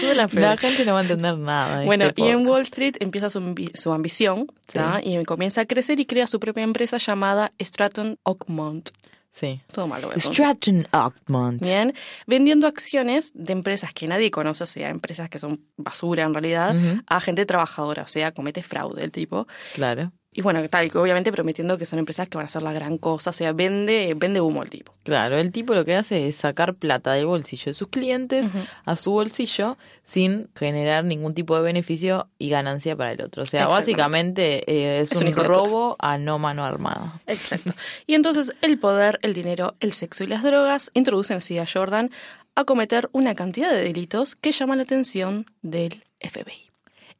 S1: Sube la
S2: La gente no va a entender nada. de
S1: Bueno,
S2: este
S1: y en
S2: podcast.
S1: Wall Street empieza su, ambi- su ambición, ¿tá? y comienza a crecer y crea su propia empresa llamada Stratton Oakmont.
S2: Sí.
S1: Todo malo. voy a pronunciar.
S2: Stratton Oakmont.
S1: Bien, vendiendo acciones de empresas que nadie conoce, o sea, empresas que son basura en realidad,
S2: Ujú.
S1: a gente trabajadora, o sea, comete fraude el tipo.
S2: Claro,
S1: Y bueno, tal, obviamente prometiendo que son empresas que van a hacer la gran cosa, o sea, vende, vende humo el tipo.
S2: claro. El tipo lo que hace es sacar plata del bolsillo de sus clientes a su bolsillo sin generar ningún tipo de beneficio y ganancia para el otro. O sea,
S1: Exactamente.
S2: básicamente eh, es,
S1: Es un
S2: un,
S1: hijo de puta.
S2: robo a no mano armada.
S1: Exacto. Y entonces el poder, el dinero, el sexo y las drogas introducen así a Jordan a cometer una cantidad de delitos que llaman la atención del FBI.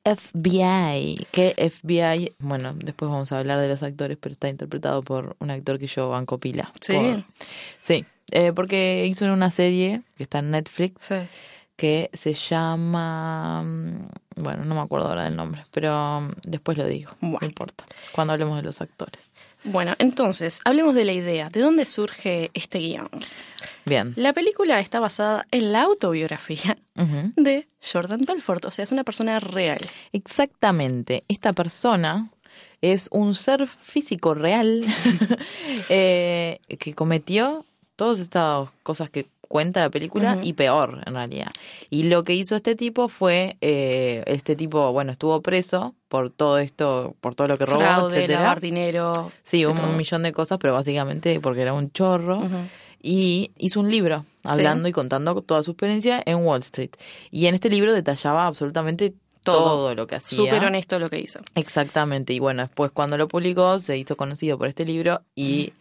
S2: FBI. Que FBI? Bueno, después vamos a hablar de los actores, pero está interpretado por un actor que yo banco pila.
S1: Sí.
S2: Por- sí. eh, porque hizo una serie que está en Netflix
S1: Sí.
S2: que se llama. mm, Bueno, no me acuerdo ahora del nombre, pero mm, después lo digo. No
S1: Bueno.
S2: importa. Cuando hablemos de los actores.
S1: Bueno, entonces, hablemos de la idea. ¿De dónde surge este guión?
S2: Bien.
S1: La película está basada en la autobiografía
S2: Ujú.
S1: de Jordan Belfort, o sea, es una persona real.
S2: Exactamente. Esta persona es un ser físico real [laughs] eh, que cometió todas estas cosas que cuenta la película
S1: Ujú.
S2: y peor en realidad. Y lo que hizo este tipo fue, eh, este tipo, bueno, estuvo preso por todo esto, por todo lo que robó,
S1: Fraude,
S2: etcétera.
S1: lavar dinero.
S2: Sí,
S1: de
S2: un
S1: todo.
S2: millón de cosas, pero básicamente porque era un chorro.
S1: Ujú.
S2: Y hizo un libro hablando y contando toda su experiencia en Wall Street. Y en este libro detallaba absolutamente todo,
S1: Todo.
S2: lo que hacía.
S1: Súper honesto lo que hizo.
S2: Exactamente. Y bueno, después cuando lo publicó, se hizo conocido por este libro y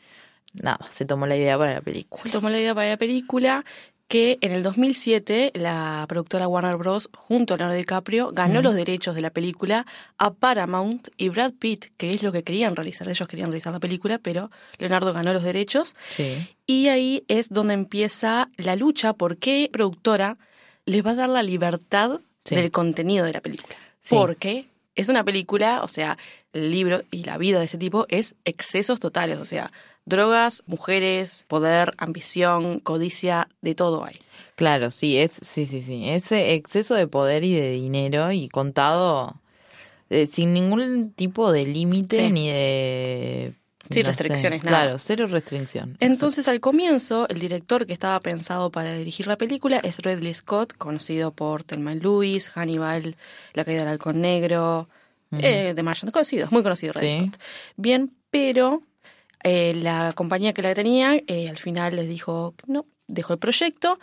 S1: Mm.
S2: nada, se tomó la idea para la
S1: Se
S2: película.
S1: tomó la idea para la película que en el 2007 la productora Warner Bros. junto a Leonardo DiCaprio ganó los derechos de la película a Paramount y Brad Pitt, que es lo que querían realizar. Ellos querían realizar la película, pero Leonardo ganó los derechos
S2: Sí.
S1: y ahí es donde empieza la lucha por qué productora les va a dar la libertad
S2: Sí.
S1: del contenido de la película.
S2: Sí.
S1: Porque es una película, o sea, el libro y la vida de este tipo es excesos totales, o sea, drogas, mujeres, poder, ambición, codicia, de todo hay.
S2: Claro, sí, es, sí, sí, sí. Ese exceso de poder y de dinero y contado eh, sin ningún tipo de límite
S1: Sí.
S2: ni de...
S1: Sí,
S2: no
S1: restricciones,
S2: sé.
S1: nada.
S2: Claro, cero restricción.
S1: Entonces, al comienzo, el director que estaba pensado para dirigir la película es Ridley Scott, conocido por Thelma y Lewis, Hannibal, La caída del halcón negro, eh, The Martian, conocido, muy conocido Ridley
S2: Sí.
S1: Scott. Bien, pero eh, la compañía que la tenía eh, al final les dijo que no, dejó el proyecto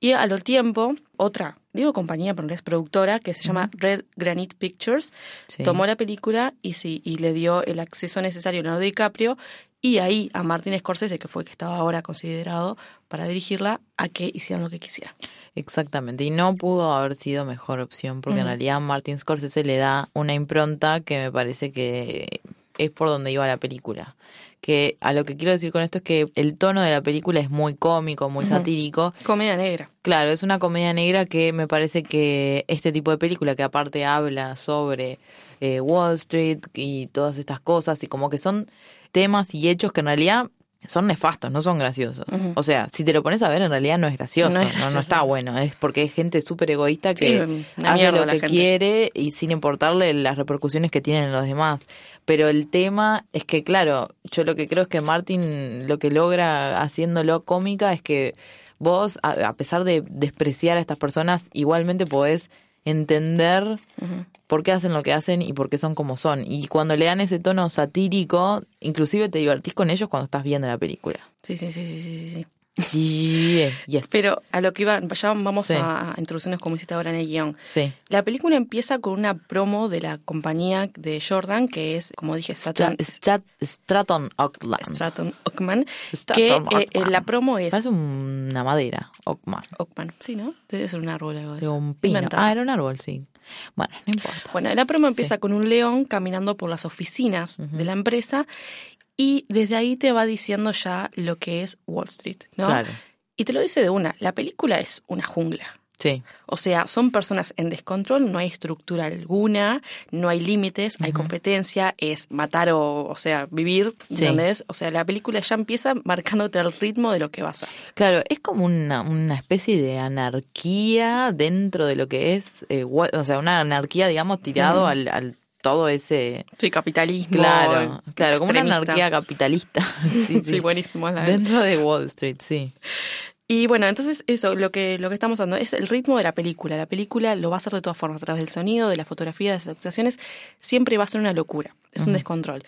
S1: y a lo tiempo otra, digo compañía, pero no es productora, que se llama Red Granite Pictures,
S2: Sí.
S1: tomó la película y sí, y le dio el acceso necesario a Leonardo DiCaprio y ahí a Martin Scorsese, que fue el que estaba ahora considerado para dirigirla, a que hicieran lo que quisieran.
S2: Exactamente, y no pudo haber sido mejor opción porque en
S1: Ujú.
S2: realidad Martin Scorsese le da una impronta que me parece que es por donde iba la película. Que a lo que quiero decir con esto es que el tono de la película es muy cómico, muy satírico.
S1: Comedia negra.
S2: Claro, es una comedia negra que me parece que este tipo de película que aparte habla sobre eh, Wall Street y todas estas cosas y como que son temas y hechos que en realidad son nefastos, no son graciosos. O sea, si te lo pones a ver en realidad no es gracioso, no,
S1: No es
S2: no
S1: gracioso,
S2: está
S1: no es.
S2: bueno, es porque es gente súper egoísta
S1: Sí,
S2: que
S1: una
S2: hace
S1: mierda
S2: lo
S1: la
S2: que
S1: gente.
S2: quiere y sin importarle las repercusiones que tienen en los demás. Pero el tema es que claro, yo lo que creo es que Martin lo que logra haciéndolo cómica es que vos, a, a pesar de despreciar a estas personas, igualmente podés entender por qué hacen lo que hacen y por qué son como son. Y cuando le dan ese tono satírico, inclusive te divertís con ellos cuando estás viendo la película.
S1: Sí, sí, sí, sí, sí, sí, sí.
S2: Yeah, yes.
S1: Pero a lo que iba, ya vamos
S2: Sí.
S1: a introducirnos como hiciste ahora en el guión.
S2: Sí.
S1: La película empieza con una promo de la compañía de Jordan, que es, como dije, Stratton,
S2: Stra- Stra- Stratton Oakland.
S1: Stratton Ockman, que
S2: Stratton
S1: eh, eh, la
S2: Oakland.
S1: promo es
S2: Parece una madera, Oakman.
S1: Ockman, sí, ¿no? Debe ser un árbol o algo de
S2: De
S1: eso.
S2: un pino.
S1: Inventado.
S2: Ah, era un árbol, sí. Bueno, no importa.
S1: Bueno, la promo empieza con un león caminando por las oficinas de la empresa y desde ahí te va diciendo ya lo que es Wall Street, ¿no?
S2: Claro.
S1: Y te lo dice de una, la película es una jungla.
S2: Sí.
S1: O sea, son personas en descontrol, no hay estructura alguna, no hay límites, hay competencia, es matar o, o sea, vivir,
S2: Sí.
S1: ¿entendés? O sea, la película ya empieza marcándote el ritmo de lo que vas a.
S2: Claro, es como una, una especie de anarquía dentro de lo que es, eh, Wa- o sea, una anarquía, digamos, tirado al, al todo ese...
S1: Sí, capitalismo.
S2: Claro,
S1: eh,
S2: claro, como una
S1: extremista.
S2: anarquía capitalista. [laughs] sí,
S1: [laughs] Sí,
S2: sí.
S1: buenísimo. es la-
S2: Dentro de Wall Street, sí.
S1: Y bueno, entonces eso, lo que, lo que estamos dando es el ritmo de la película. La película lo va a hacer de todas formas, a través del sonido, de la fotografía, de las actuaciones. Siempre va a ser una locura, es un descontrol.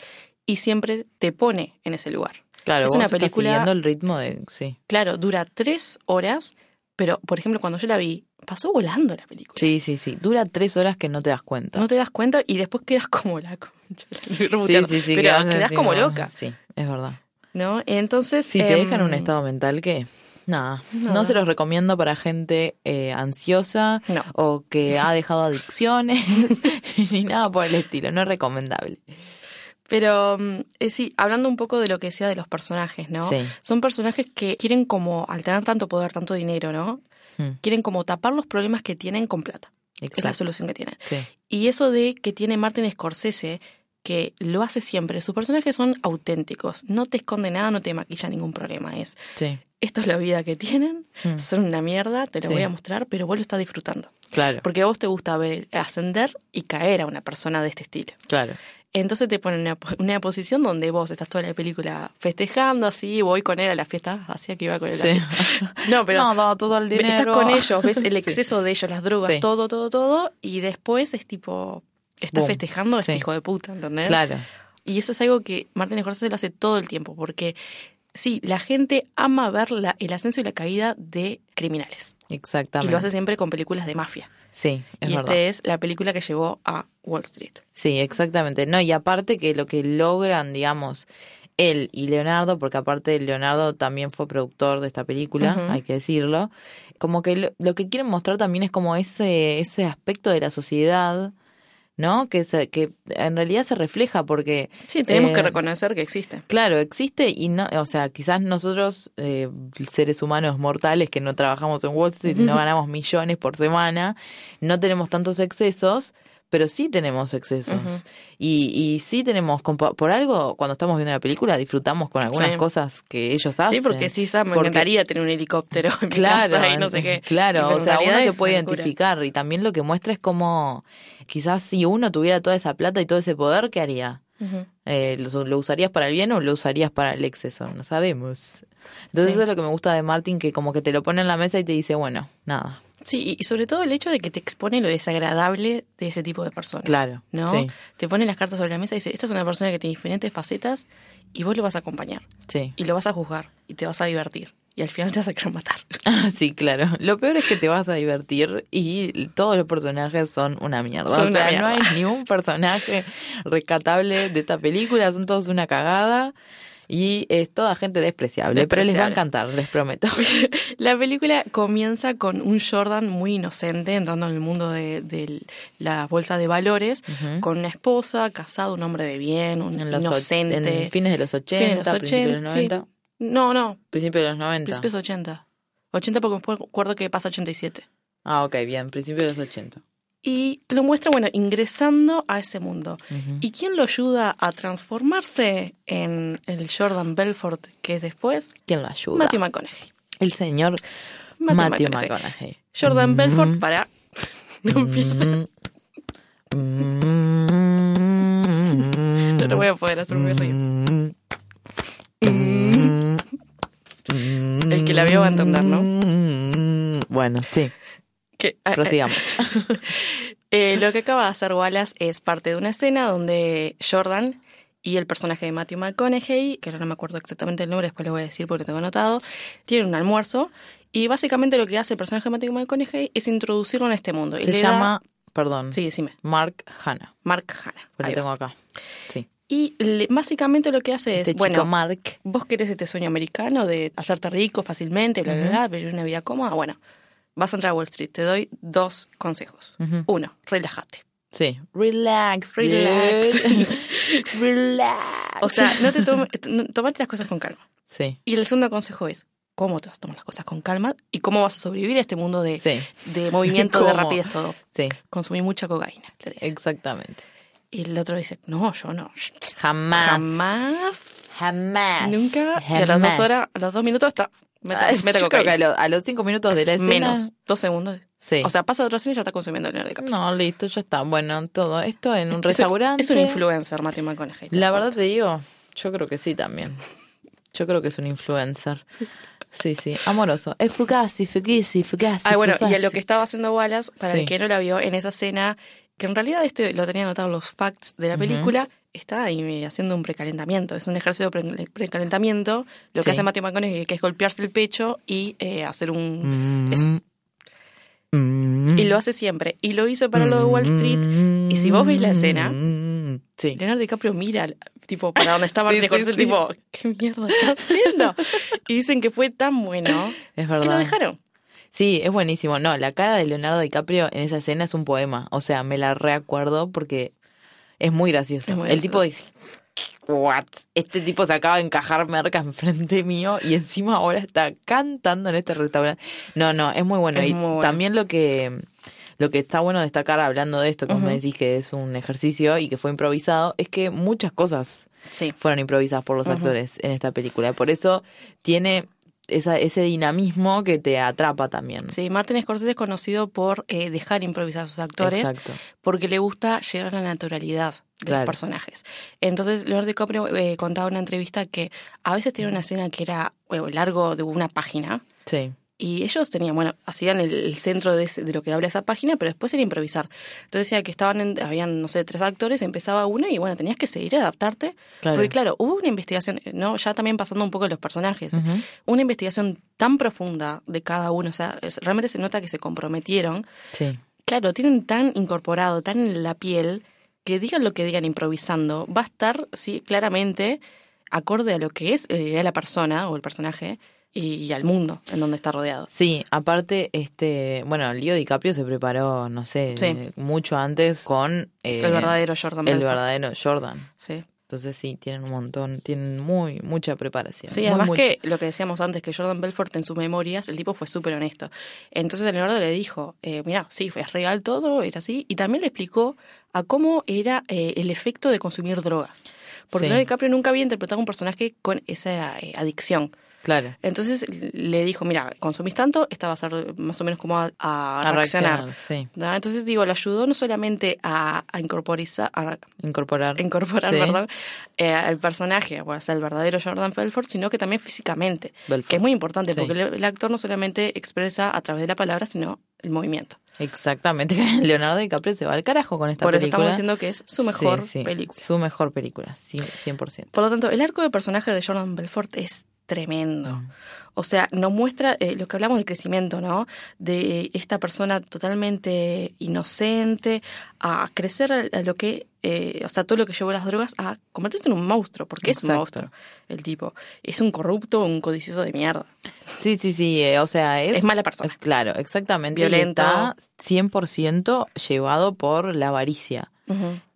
S1: Y siempre te pone en ese lugar.
S2: Claro,
S1: Es
S2: vos
S1: una
S2: estás
S1: película-
S2: siguiendo el ritmo de... Sí,
S1: Claro, dura tres horas, pero por ejemplo, cuando yo la vi, pasó volando la película.
S2: sí, sí. sí. Dura tres horas que no te das cuenta.
S1: No te das cuenta y después quedas como la concha. lo voy
S2: sí,
S1: rebuteando,
S2: sí, sí.
S1: pero
S2: quedás
S1: quedas,
S2: así,
S1: como
S2: no,
S1: loca,
S2: Sí, es verdad.
S1: ¿no? Entonces.
S2: Si te
S1: em,
S2: dejan en un estado mental que... Nada, no.
S1: Nada.
S2: se los recomiendo para gente eh, ansiosa
S1: No.
S2: o que
S1: [laughs]
S2: ha dejado adicciones [laughs] ni nada por el estilo, no es recomendable.
S1: Pero mm, eh, sí, hablando un poco de lo que decía de los personajes, ¿no?
S2: Sí.
S1: Son personajes que quieren como, al tener tanto poder, tanto dinero, ¿no?
S2: Mm,
S1: Quieren como tapar los problemas que tienen con plata. Es la
S2: Exacto.
S1: solución que tienen.
S2: Sí.
S1: Y eso de que tiene Martin Scorsese, que lo hace siempre, sus personajes son auténticos, no te esconde nada, no te maquilla ningún problema, es,
S2: Sí,
S1: esto es la vida que tienen,
S2: Mm.
S1: son una mierda, te lo
S2: Sí.
S1: voy a mostrar, pero vos lo estás disfrutando.
S2: claro,
S1: Porque a vos te gusta ver ascender y caer a una persona de este estilo.
S2: claro.
S1: Entonces te ponen en una, [laughs] po- una posición donde vos estás toda la película festejando, así, voy con él a la fiesta, hacía que iba con él. a la
S2: Sí. [laughs]
S1: fiesta. No, pero
S2: no, daba todo el
S1: ve-
S2: dinero.
S1: estás con ellos, ves el
S2: [laughs] Sí.
S1: exceso de ellos, las drogas,
S2: Sí.
S1: todo, todo, todo, y después es tipo, estás
S2: Boom.
S1: festejando a este
S2: Sí.
S1: hijo de puta, ¿entendés?
S2: Claro,
S1: Y eso es algo que Martin Scorsese lo hace todo el tiempo, porque sí, la gente ama ver la- el ascenso y la caída de criminales. Y
S2: exactamente.
S1: lo hace siempre con películas de mafia.
S2: Sí, es
S1: y
S2: verdad.
S1: esta es la película que llevó a Wall Street.
S2: Sí, exactamente. No, y aparte que lo que logran, digamos, él y Leonardo, porque aparte Leonardo también fue productor de esta película,
S1: Ujú.
S2: hay que decirlo, como que lo, lo que quieren mostrar también es como ese, ese aspecto de la sociedad, ¿no? Que, se, que en realidad se refleja porque...
S1: Sí, tenemos
S2: eh,
S1: que reconocer que existe.
S2: Claro, existe y no, o sea, quizás nosotros, eh, seres humanos mortales que no trabajamos en Wall Street,
S1: [laughs]
S2: y no ganamos millones por semana, no tenemos tantos excesos, pero sí tenemos excesos.
S1: Ujú.
S2: y, y sí tenemos, compa- por algo, cuando estamos viendo la película, disfrutamos con algunas
S1: Sí.
S2: cosas que ellos hacen.
S1: Sí, porque sí, Sam, me
S2: Porque-
S1: encantaría tener un helicóptero en mi
S2: Claro,
S1: casa y no sé qué.
S2: claro,
S1: Pero
S2: o
S1: en
S2: sea, uno
S1: realidad
S2: se
S1: es
S2: puede
S1: una locura.
S2: identificar y también lo que muestra es como, quizás si uno tuviera toda esa plata y todo ese poder, ¿qué haría?
S1: Ujú.
S2: Eh, ¿lo, lo usarías para el bien o lo usarías para el exceso? No sabemos. Entonces
S1: Sí.
S2: eso es lo que me gusta de Martin, que como que te lo pone en la mesa y te dice, bueno, nada,
S1: Sí, y- y sobre todo el hecho de que te expone lo desagradable de ese tipo de personas.
S2: claro.
S1: ¿No?
S2: Sí,
S1: Te pone las cartas sobre la mesa y dice, esta es una persona que tiene diferentes facetas y vos lo vas a acompañar
S2: sí. [laughs]
S1: y lo vas a juzgar y te vas a divertir y al final te vas a querer matar. [laughs]
S2: Ah, sí, claro. Lo peor es que te vas a divertir y todos los personajes son una mierda.
S1: Son
S2: o
S1: una
S2: sea, no
S1: mierda.
S2: hay ni un personaje rescatable de esta película, son todos una cagada y es toda gente despreciable, pero les va a
S1: Despreciable.
S2: encantar, les
S1: [laughs]
S2: prometo.
S1: La película comienza con un Jordan muy inocente entrando en el mundo de, de la bolsa de valores, con una esposa, casado, un hombre de bien, un
S2: En los och-
S1: inocente.
S2: en fines de los 80,
S1: Fines de los
S2: principios de
S1: 80,
S2: los
S1: sí.
S2: 90.
S1: No, no,
S2: Principios de los 90.
S1: principios 80. 80 porque me acuerdo que pasa 87.
S2: Ah, ok, bien, principio de los 80.
S1: Y lo muestra, bueno, ingresando a ese mundo. ¿Y quién lo ayuda a transformarse en el Jordan Belfort que es después?
S2: ¿Quién lo ayuda?
S1: Matthew McConaughey.
S2: el señor
S1: Matthew
S2: Matthew,
S1: McConaughey.
S2: McConaughey.
S1: Jordan Belfort para... [laughs] No empieces.
S2: Mm.
S1: Yo [laughs] no voy a poder hacer muy reír.
S2: Mm.
S1: El que la vio va a entender, ¿no? Eh,
S2: Mm. Bueno, sí,
S1: Que, ah,
S2: prosigamos.
S1: eh, lo que acaba de hacer Wallace es parte de una escena donde Jordan y el personaje de Matthew McConaughey, que ahora no me acuerdo exactamente el nombre, después lo voy a decir porque lo tengo anotado, tienen un almuerzo y básicamente lo que hace el personaje de Matthew McConaughey es introducirlo en este mundo. Y
S2: Se
S1: le da-
S2: llama, perdón,
S1: Sí, decime.
S2: Mark Hanna.
S1: Mark Hanna.
S2: Lo
S1: Ahí va.
S2: tengo acá. Sí.
S1: Y le- básicamente lo que hace es,
S2: Este chico
S1: bueno,
S2: Mark.
S1: vos querés este sueño americano de hacerte rico fácilmente, bla, bla, bla, vivir una vida cómoda, bueno, vas a entrar a Wall Street. Te doy dos consejos.
S2: Ujú.
S1: Uno, relájate.
S2: Sí. Relax,
S1: Relax.
S2: [laughs] dude. Relax.
S1: O sea, no
S2: [laughs]
S1: te tomes, tomate las cosas con calma.
S2: Sí,
S1: Y el segundo consejo es, ¿cómo te vas a tomar las cosas con calma? ¿Y cómo vas a sobrevivir a este mundo de,
S2: sí,
S1: de movimiento, de
S2: ¿Cómo?
S1: rapidez, todo?
S2: sí,
S1: Consumí mucha cocaína, le dice.
S2: exactamente.
S1: Y el otro dice, no, yo no.
S2: Jamás.
S1: Jamás.
S2: Jamás.
S1: Nunca. Y a las
S2: Jamás.
S1: dos horas, a los dos minutos está. Meta,
S2: Ah,
S1: meta
S2: yo creo que
S1: cocaína.
S2: a, lo- a los cinco minutos de la escena.
S1: Menos. Dos segundos.
S2: Sí.
S1: O sea, pasa de otro cine y ya está consumiendo Leonardo DiCaprio.
S2: No, listo, ya está. Bueno, todo esto en un
S1: Es un-
S2: restaurante.
S1: Es un influencer, Matthew McConaughey.
S2: La verdad te digo, yo creo que sí también. Yo creo que es un influencer. Sí, sí, amoroso. Es fugaz, y fugaz, y fugaz. y
S1: Ah, bueno, y a
S2: fugaz.
S1: lo que estaba haciendo Wallace, para
S2: Sí.
S1: el que no la vio, en esa escena, que en realidad esto lo tenía anotado los facts de la película, está ahí haciendo un precalentamiento. Es un ejercicio de pre- precalentamiento. Lo
S2: Sí.
S1: que hace Matthew McConaughey, que es golpearse el pecho y eh, hacer un...
S2: Mm,
S1: es-
S2: mm,
S1: Y lo hace siempre. Y lo hizo para lo de Wall Street. Y si vos ves la escena-
S2: mm, Sí.
S1: Leonardo DiCaprio mira, tipo, para donde
S2: [laughs]
S1: estaba
S2: Sí,
S1: Martin
S2: sí,
S1: Scorsese,
S2: sí.
S1: tipo, ¿qué mierda estás haciendo? y dicen que fue tan bueno
S2: Es
S1: que lo
S2: verdad.
S1: dejaron.
S2: Sí, es buenísimo. No, la cara de Leonardo DiCaprio en esa escena es un poema. O sea, me la reacuerdo porque es muy gracioso.
S1: Es muy
S2: El
S1: gracioso.
S2: tipo dice, ¿what? Este tipo se acaba de encajar merca enfrente mío y encima ahora está cantando en este restaurante. No, no, es muy bueno.
S1: Es
S2: y
S1: muy bueno.
S2: también lo que... Lo que está bueno destacar hablando de esto, como
S1: Ujú.
S2: me decís que es un ejercicio y que fue improvisado, es que muchas cosas
S1: Sí.
S2: fueron improvisadas por los
S1: Ujú.
S2: actores en esta película. Por eso tiene esa- ese dinamismo que te atrapa también.
S1: Sí, Martin Scorsese es conocido por eh, dejar improvisar a sus actores.
S2: Exacto.
S1: porque le gusta llegar a la naturalidad de
S2: Claro.
S1: los personajes. Entonces, Leonardo DiCaprio eh, contaba en una entrevista que a veces tenía una escena que era bueno, largo de una página
S2: Sí.
S1: y ellos tenían, bueno, hacían el, el centro de, ese- de lo que habla esa página, pero después era improvisar. Entonces decía que estaban, en- habían, no sé, tres actores, empezaba uno y bueno, tenías que seguir adaptarte.
S2: Claro.
S1: Porque claro, hubo una investigación, eh, no ya también pasando un poco los personajes,
S2: Ujú.
S1: una investigación tan profunda de cada uno, o sea, es- realmente se nota que se comprometieron
S2: Sí.
S1: Claro, tienen tan incorporado, tan en la piel, que digan lo que digan improvisando, va a estar, sí, claramente acorde a lo que es eh, a la persona o el personaje y, y al mundo en donde está rodeado.
S2: Sí, aparte, este, bueno, Leo DiCaprio se preparó, no sé,
S1: Sí.
S2: mucho antes con eh,
S1: el verdadero Jordan
S2: el
S1: Belfort.
S2: verdadero Jordan.
S1: Sí,
S2: Entonces sí, tienen un montón, tienen muy mucha preparación.
S1: sí
S2: eh, Muy,
S1: además
S2: mucha.
S1: que lo que decíamos antes, que Jordan Belfort en sus memorias, el tipo fue súper honesto. Entonces Leonardo le dijo, eh, mira, sí, es real todo, era así, y también le explicó a cómo era eh, el efecto de consumir drogas. Porque
S2: Sí.
S1: Leonardo DiCaprio nunca había interpretado a un personaje con esa eh, adicción.
S2: claro.
S1: Entonces le dijo, mira, consumís tanto, esta va a ser más o menos como a, a
S2: A
S1: reaccionar.
S2: reaccionar, sí.
S1: ¿no? Entonces digo, le ayudó no solamente a, a incorporizar, a
S2: Incorporar.
S1: incorporar
S2: Sí.
S1: perdón, eh, al personaje, o sea, el verdadero Jordan Belfort, sino que también físicamente,
S2: Belfort.
S1: que es muy importante,
S2: Sí.
S1: porque el, el actor no solamente expresa a través de la palabra, sino el movimiento.
S2: Exactamente. [laughs] Leonardo DiCaprio se va al carajo con esta
S1: Por eso
S2: película.
S1: estamos diciendo que es su
S2: Sí,
S1: mejor
S2: sí,
S1: película.
S2: Su mejor película, sí, 100%.
S1: Por lo tanto, el arco de personaje de Jordan Belfort es
S2: Ah.
S1: tremendo. O sea, nos muestra eh, lo que hablamos del crecimiento, ¿no? De eh, esta persona totalmente inocente a crecer a, a lo que, eh, o sea, todo lo que llevó las drogas a convertirse en un monstruo, porque es un
S2: Exacto.
S1: monstruo el tipo. Es un corrupto, un codicioso de mierda.
S2: Sí, sí, sí, eh, o sea, es...
S1: Es mala persona.
S2: Claro, exactamente. y
S1: Violento.
S2: Está 100% llevado por la avaricia.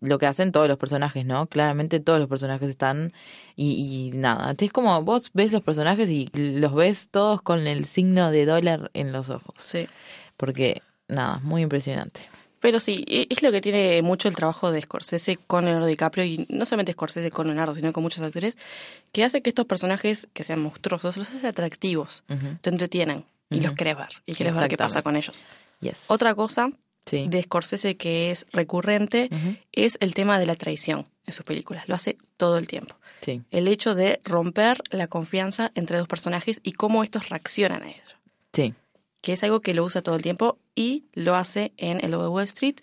S2: Lo que hacen todos los personajes, ¿no? Claramente todos los personajes están y, y nada. Es como vos ves los personajes y los ves todos con el signo de dólar en los ojos.
S1: Sí.
S2: Porque, nada, muy impresionante.
S1: Pero sí, e- es lo que tiene mucho el trabajo de Scorsese con Leonardo DiCaprio, y no solamente Scorsese con Leonardo, sino con muchos actores, que hace que estos personajes que sean monstruosos los hace atractivos,
S2: Ujú.
S1: te entretienen y los querés ver, y querés ver qué pasa con ellos.
S2: Yes.
S1: Otra cosa
S2: Sí.
S1: de Scorsese que es recurrente
S2: Ujú.
S1: es el tema de la traición en sus películas, lo hace todo el tiempo.
S2: Sí.
S1: El hecho de romper la confianza entre dos personajes y cómo estos reaccionan a ello
S2: Sí.
S1: que es algo que lo usa todo el tiempo y lo hace en el Lobo de Wall Street.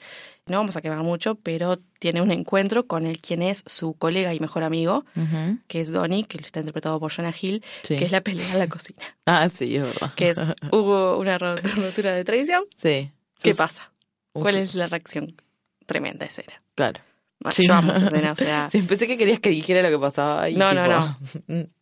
S1: No vamos a quemar mucho, pero tiene un encuentro con el quien es su colega y mejor amigo,
S2: Ujú.
S1: que es Donnie, que lo está interpretado por Jonah Hill,
S2: Sí.
S1: que es la pelea en la cocina,
S2: Ah, sí, es verdad. [laughs]
S1: que es hubo una ro- rotura de traición.
S2: Sí.
S1: ¿Qué
S2: Sos-
S1: pasa?
S2: Uy,
S1: ¿Cuál
S2: sí.
S1: es la reacción? Tremenda escena.
S2: Claro.
S1: Bueno,
S2: Sí.
S1: Yo amo esa escena, o sea,
S2: [laughs] Ah. Sí, pensé que querías que dijera lo que pasaba. Y
S1: No,
S2: [laughs]
S1: no,
S2: no.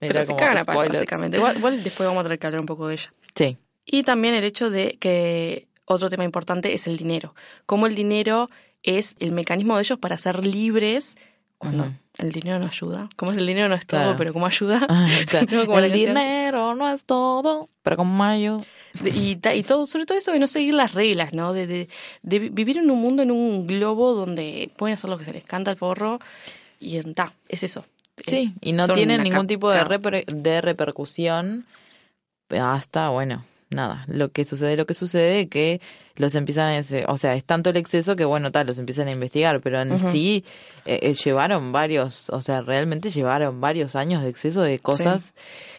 S1: pero se cagan a palo, básicamente. Igual, igual después vamos a tener que hablar un poco de ella.
S2: Sí.
S1: Y también el hecho de que otro tema importante es el dinero. Cómo el dinero es el mecanismo de ellos para ser libres cuando
S2: Ujú.
S1: el dinero no ayuda. Como es el dinero no es todo,
S2: Claro.
S1: pero
S2: [laughs]
S1: como ayuda. [laughs]
S2: Ah, claro.
S1: No, como la
S2: el
S1: canción.
S2: dinero no es todo, pero con mayo.
S1: De- Y, ta- y todo, sobre todo eso de no seguir las reglas, ¿no? De, de- de vi- vivir en un mundo, en un globo donde pueden hacer lo que se les canta al forro. Y en- ta, es eso. [laughs]
S2: Sí, y no
S1: son
S2: tiene
S1: una
S2: ningún
S1: cap-
S2: tipo de,
S1: claro.
S2: reper- de repercusión hasta, bueno, nada, lo que sucede, lo que sucede, que los empiezan a... ese- O sea, es tanto el exceso que, bueno, tal, los empiezan a investigar, pero en sí eh, eh, llevaron varios, o sea, realmente llevaron varios años de exceso de cosas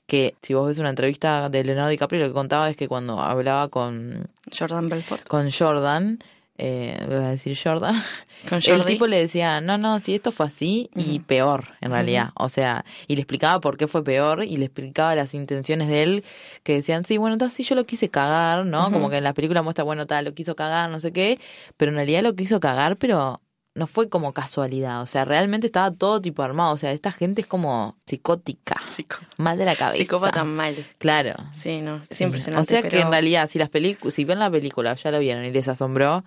S2: que, si vos ves una entrevista de Leonardo DiCaprio, lo que contaba es que cuando hablaba con,
S1: Jordan Belfort.
S2: con Jordan, eh, voy a decir Jordan,
S1: Con
S2: el
S1: Jordi.
S2: tipo le decía, no, no, si esto fue así y peor, en realidad. O sea, y le explicaba por qué fue peor y le explicaba las intenciones de él, que decían, sí, bueno, tal, sí, yo lo quise cagar, ¿no? Como que en la película muestra, bueno, tal, lo quiso cagar, no sé qué, pero en realidad lo quiso cagar, pero no fue como casualidad. O sea, realmente estaba todo tipo armado. O sea, esta gente es como psicótica,
S1: Psico-
S2: mal de la cabeza.
S1: Psicópata mal.
S2: Claro.
S1: Sí, no, es
S2: Sí. O
S1: impresionante.
S2: sea que
S1: pero
S2: en realidad, si las pelicu- si ven la película, ya lo vieron y les asombró,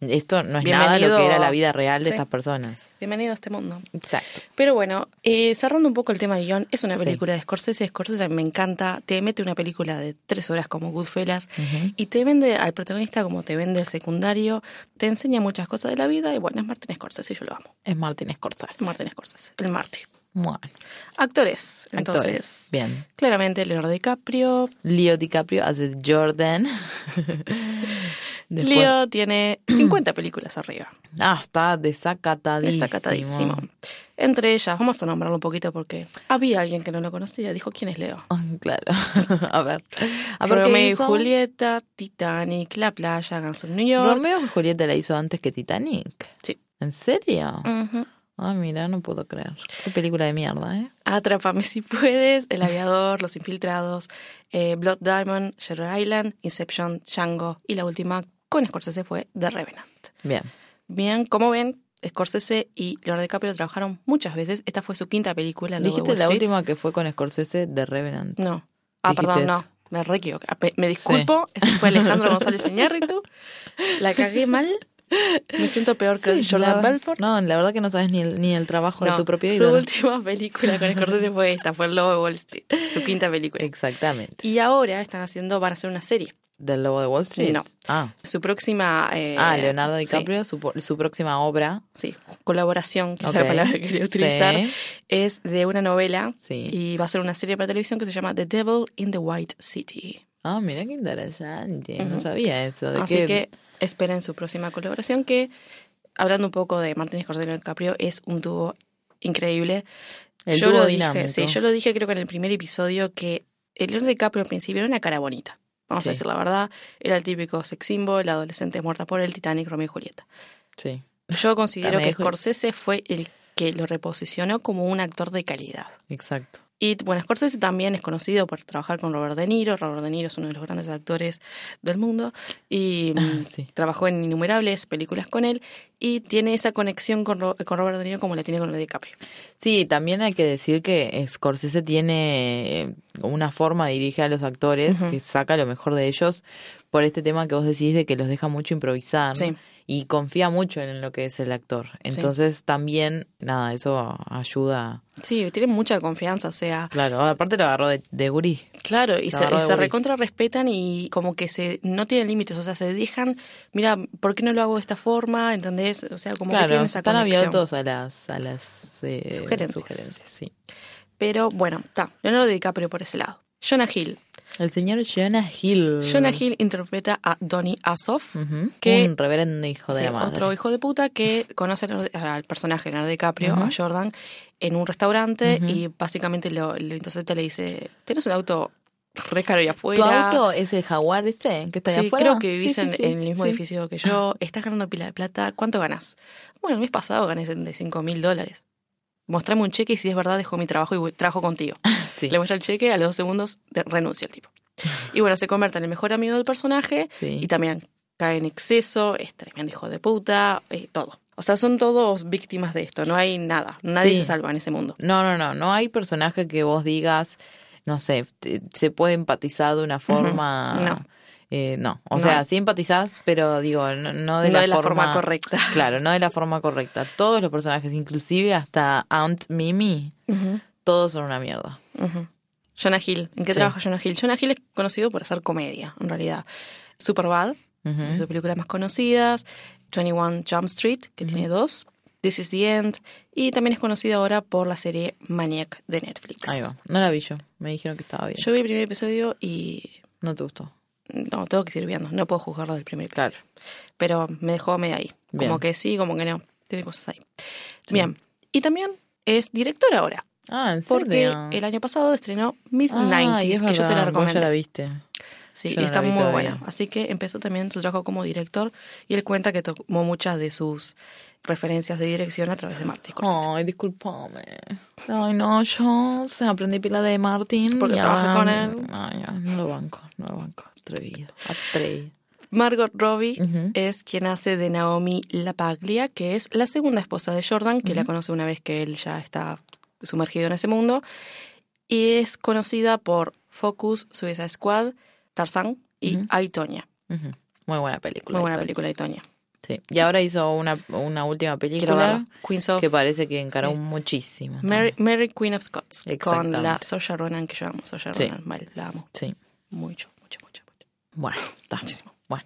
S2: esto no es nada lo
S1: Bienvenido.
S2: que era la vida real de
S1: Sí.
S2: estas personas.
S1: Bienvenido a este mundo.
S2: Exacto.
S1: Pero bueno, eh, cerrando un poco el tema del guión, es una
S2: Sí.
S1: película de Scorsese. Scorsese me encanta. Te mete una película de tres horas como Goodfellas y te vende al protagonista como te vende el secundario. Te enseña muchas cosas de la vida y bueno, es Martin Scorsese, yo lo amo.
S2: Es Martín Scorsese.
S1: Martin Scorsese, el Marty.
S2: Bueno,
S1: Actores, entonces.
S2: actores. Bien.
S1: Claramente Leonardo DiCaprio.
S2: Leo DiCaprio hace
S1: [laughs]
S2: Jordan. Después-
S1: Leo tiene [clears throat] 50 películas arriba.
S2: Ah, está desacatadísimo.
S1: Desacatadísimo. Entre ellas, vamos a nombrarlo un poquito porque había alguien que no lo conocía. Dijo, ¿quién es Leo?
S2: Ah, Claro. [laughs] a ver. A ver, ¿qué
S1: Romeo y
S2: hizo?
S1: Julieta, Titanic, La Playa, Guns N' New York.
S2: Romeo y Julieta la hizo antes que Titanic.
S1: Sí. Mm.
S2: ¿En serio?
S1: Ujú.
S2: Ah, mira, no puedo creer. Qué película de mierda, ¿eh?
S1: Atrápame si puedes, El Aviador, Los Infiltrados, eh, Blood Diamond, Shutter Island, Inception, Django y la última con Scorsese fue The Revenant.
S2: Bien.
S1: Bien, como ven, Scorsese y Leonardo DiCaprio trabajaron muchas veces. Esta fue su quinta película. Lobo de
S2: Dijiste
S1: Wall
S2: la
S1: Street.
S2: última que fue con Scorsese de Revenant.
S1: No. Ah,
S2: Dijiste
S1: perdón,
S2: eso.
S1: no. Me re equivoqué. Ape- Me disculpo. Ese fue Alejandro González Iñárritu. La cagué mal. Me siento peor que
S2: Sí,
S1: Jordan
S2: la-
S1: Belfort.
S2: No, la verdad que no sabes ni el, ni el trabajo de
S1: No,
S2: tu propio
S1: su
S2: ídolo.
S1: última [laughs]
S2: [laughs]
S1: película con Scorsese fue esta, fue El Lobo de Wall Street, su quinta película.
S2: Exactamente.
S1: Y ahora están haciendo, van a hacer una serie.
S2: ¿Del Lobo de Wall Street?
S1: No.
S2: Ah,
S1: Su próxima... eh,
S2: ah Leonardo
S1: sí,
S2: DiCaprio, su, po- su próxima obra.
S1: Sí, colaboración, que
S2: Ok.
S1: es la palabra que quería utilizar,
S2: Sí.
S1: es de una novela
S2: Sí.
S1: y va a ser una serie para televisión que se llama The Devil in the White City.
S2: Ah, mira qué interesante. No
S1: Ujú.
S2: sabía eso. De
S1: Así que esperen su próxima colaboración que, hablando un poco de Martin Scorsese y DiCaprio, es un dúo increíble.
S2: El dúo
S1: lo
S2: dinámico.
S1: dije, sí, yo lo dije creo que en el primer episodio que el Leonardo DiCaprio al principio era una cara bonita. Vamos
S2: Sí.
S1: a decir la verdad, era el típico sex symbol, la adolescente muerta por el Titanic, Romeo y Julieta.
S2: Sí.
S1: Yo considero
S2: Romeo y
S1: que
S2: Jul-
S1: Scorsese fue el que lo reposicionó como un actor de calidad.
S2: Exacto.
S1: Y bueno, Scorsese también es conocido por trabajar con Robert De Niro. Robert De Niro es uno de los grandes actores del mundo y [laughs] mm,
S2: Sí.
S1: trabajó en innumerables películas con él y tiene esa conexión con, Ro- con Robert De Niro como la tiene con Leo DiCaprio.
S2: Sí, también hay que decir que Scorsese tiene eh, una forma de dirigir a los actores que saca lo mejor de ellos por este tema que vos decís de que los deja mucho improvisar
S1: Sí.
S2: y confía mucho en lo que es el actor. Entonces también, nada, eso ayuda.
S1: Sí, tiene mucha confianza, o sea,
S2: Claro, aparte lo agarró de, de gurí.
S1: claro, y
S2: La
S1: se,
S2: agarró de
S1: se
S2: gurí.
S1: recontra respetan y como que se no tienen límites, o sea, se dejan, mira, ¿por qué no lo hago de esta forma? ¿Entendés? O sea, como que
S2: Claro,
S1: tienen esa
S2: están
S1: conexión.
S2: abiertos a las, a las eh,
S1: Sugerencias.
S2: sugerencias, sí.
S1: Pero bueno, está, Leonardo DiCaprio por ese lado. Jonah Hill.
S2: El señor Jonah Hill.
S1: Jonah Hill interpreta a Donny Asoff.
S2: Ujú.
S1: que-
S2: Un reverendo hijo de
S1: Sí,
S2: la madre.
S1: otro hijo de puta que conoce al, al personaje Leonardo DiCaprio, a Jordan, en un restaurante y básicamente lo, lo intercepta y le dice, tenés un auto re caro ahí
S2: ¿Tu
S1: afuera.
S2: auto es el jaguar ese que está ahí
S1: Sí,
S2: afuera?
S1: creo que vivís
S2: Sí, sí,
S1: en,
S2: sí.
S1: en el mismo
S2: Sí. Ah.
S1: edificio que yo. Estás ganando pila de plata. ¿Cuánto ganás? Bueno, el mes pasado gané 75 mil dólares. Mostrame un cheque y si es verdad dejo mi trabajo y voy- trabajo contigo.
S2: Sí.
S1: Le muestra el cheque, a los dos segundos de- renuncia el tipo. Y bueno, se convierte en el mejor amigo del personaje
S2: Sí.
S1: y también cae en exceso, es tremendo hijo de puta, eh, todo. O sea, son todos víctimas de esto, no hay nada, nadie
S2: Sí.
S1: se salva en ese mundo.
S2: No, no, no. No hay personaje que vos digas, no sé, te- se puede empatizar de una forma.
S1: No.
S2: Eh, no. O
S1: No.
S2: sea, sí empatizás, pero digo, no, no de,
S1: No
S2: la,
S1: de la
S2: forma,
S1: forma correcta.
S2: [laughs] Claro, no de la forma correcta. Todos los personajes, inclusive hasta Aunt Mimi, todos son una mierda.
S1: Jonah Hill, ¿en qué
S2: Sí.
S1: trabaja Jonah Hill? Jonah Hill es conocido por hacer comedia, en realidad. Superbad,
S2: Ujú.
S1: de sus películas más conocidas, 21 Jump Street, que tiene dos, This is the End, y también es conocido ahora por la serie Maniac de Netflix.
S2: Ahí va. No la vi yo. Me dijeron que estaba bien.
S1: Yo vi el primer episodio y
S2: No te gustó.
S1: No, tengo que seguir viendo. No puedo juzgarlo del primer episodio.
S2: Claro.
S1: Pero me dejó medio ahí.
S2: Bien.
S1: Como que sí, como que no. Tiene cosas ahí.
S2: Sí.
S1: Bien. Y también es directora ahora.
S2: Ah, en serio.
S1: Porque el año pasado estrenó Mid
S2: Ah, y
S1: 90s,
S2: es
S1: que yo te la
S2: verdad, vos ya
S1: recomiendo.
S2: la viste.
S1: Sí,
S2: Yo
S1: y
S2: no la
S1: está
S2: vi
S1: muy
S2: todavía.
S1: buena. Así que empezó también su trabajo como director y él cuenta que tomó muchas de sus referencias de dirección a través de Martin Scorsese.
S2: Ay, discúlpame. Ay, no, yo o sea, aprendí pila de Martín.
S1: Porque
S2: y
S1: trabajé
S2: ahora-
S1: con él.
S2: Ay, no, no lo banco, no lo banco. Atrevido, atrevido.
S1: Margot Robbie
S2: Ujú.
S1: es quien hace de Naomi Lapaglia, que es la segunda esposa de Jordan, que la conoce una vez que él ya está sumergido en ese mundo. Y es conocida por Focus, Suicide Squad, Tarzan y
S2: Ujú.
S1: Ay, Tonya.
S2: Ujú. Muy buena película.
S1: Muy buena
S2: esta.
S1: película de Tonya.
S2: Sí. Y ahora hizo una, una última
S1: Quiero verla.
S2: película
S1: Queens of
S2: que parece que encaró
S1: Sí.
S2: muchísimo.
S1: Mary,
S2: también.
S1: Mary Queen of Scots con la
S2: Exactamente.
S1: Saoirse Ronan que yo amo. Saoirse
S2: Sí.
S1: Ronan, mal, la amo
S2: Sí.
S1: mucho, mucho, mucho, mucho.
S2: Bueno, [laughs] está. Bueno.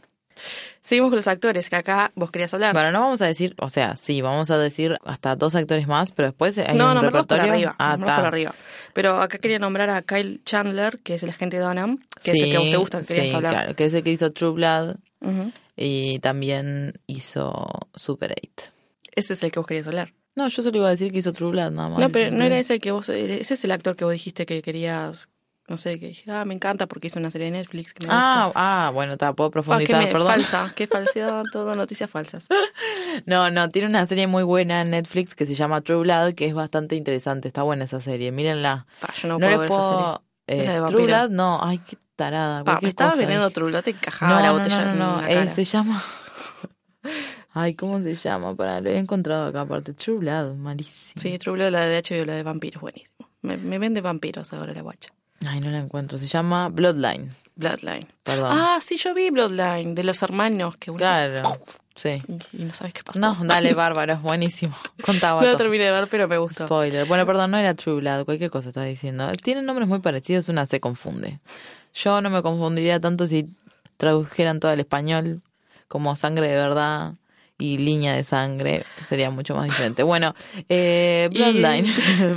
S1: Seguimos con los actores que acá vos querías hablar.
S2: Bueno, no vamos a decir, o sea, sí, vamos a decir hasta dos actores más, pero después hay
S1: no,
S2: un
S1: no, por
S2: repertorio.
S1: arriba,
S2: ah,
S1: nombrarlos por
S2: está.
S1: arriba. Pero acá quería nombrar a Kyle Chandler, que es el agente de Donham, que es el que a vos te gusta, que querías
S2: sí,
S1: hablar.
S2: Claro, que es el que hizo True Blood
S1: Ujú.
S2: y también hizo Super 8.
S1: Ese es el que vos querías hablar.
S2: No, yo solo iba a decir que hizo True Blood nada más.
S1: no, pero no era
S2: ese.
S1: ese el que vos, ese es el actor que vos dijiste que querías, no sé, que dije, ah, me encanta porque hizo una serie de Netflix que me gusta.
S2: Ah, ah, bueno, está, puedo
S1: Ah, qué
S2: profundizar,
S1: me-
S2: perdón.
S1: falsa, qué falsedad, todo
S2: [laughs]
S1: noticias falsas.
S2: No, no, tiene una serie muy buena en Netflix que se llama True Blood, que es bastante interesante, está buena esa serie, mírenla.
S1: Pa, yo no,
S2: no
S1: puedo
S2: les
S1: ver esa serie.
S2: puedo...
S1: Es la
S2: eh,
S1: de
S2: True
S1: vampiro.
S2: Blood, no, ay, qué tarada.
S1: Pa, me
S2: cualquier
S1: estaba
S2: cosa
S1: vendiendo
S2: dije.
S1: trulote y encajaba
S2: No,
S1: la
S2: no,
S1: botella
S2: no, no, no,
S1: en la
S2: eh,
S1: cara.
S2: se llama... [laughs] Ay, ¿cómo se llama? Para, lo he encontrado acá aparte. True Blood, malísimo.
S1: Sí, True Blood, la de HBO, la de vampiros, buenísimo. Me, me vende vampiros ahora la guacha.
S2: Ay, no la encuentro. Se llama Bloodline,
S1: Bloodline.
S2: perdón.
S1: Ah, sí, yo vi Bloodline, de los hermanos que uno...
S2: claro, sí.
S1: Y no sabes qué pasó. [laughs]
S2: No, dale, bárbaro, es buenísimo. Contaba
S1: No la terminé de ver, pero me gustó.
S2: Spoiler. Bueno, perdón, no era True Blood, cualquier cosa estás diciendo. Tienen nombres muy parecidos, una se confunde. Yo no me confundiría tanto si tradujeran todo al español como sangre de verdad y línea de sangre. Sería mucho más
S1: [laughs]
S2: diferente. Bueno, eh,
S1: Y-
S2: Bloodline,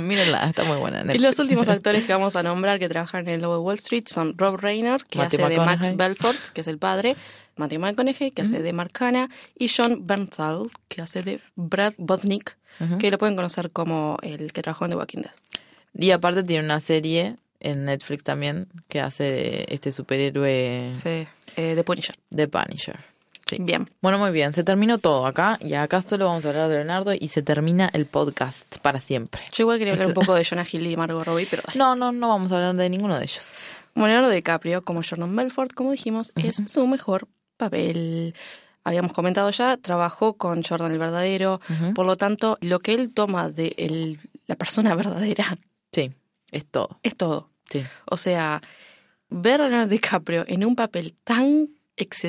S2: [laughs] mírenla, está muy buena. en
S1: Y
S2: Netflix.
S1: los últimos actores que vamos a nombrar que trabajan en el Lobo de Wall Street son Rob Reiner, que
S2: Matthew
S1: hace de Max
S2: McConaughey.
S1: Belfort, que es el padre, Matthew McConaughey, que hace de Marcana, y John Bernthal, que hace de Brad Botnick, que lo pueden conocer como el que trabajó en The Walking Dead.
S2: Y aparte tiene una serie en Netflix también que hace de este superhéroe
S1: Sí, eh, de Punisher.
S2: de Punisher. Sí.
S1: Bien.
S2: Bueno, muy bien, se terminó todo acá y acá solo vamos a hablar de Leonardo y se termina el podcast para siempre.
S1: Yo igual quería
S2: Este
S1: hablar un poco de Jonah Hill y Margot Robbie, pero dale.
S2: No, no, no vamos a hablar de ninguno de ellos.
S1: Bueno, Leonardo DiCaprio, como Jordan Belfort, como dijimos, es su mejor papel. Habíamos comentado ya, trabajó con Jordan el verdadero, por lo tanto, lo que él toma de el- la persona [laughs] verdadera
S2: Sí, es todo.
S1: es todo.
S2: Sí.
S1: O sea, ver a Leonardo DiCaprio en un papel tan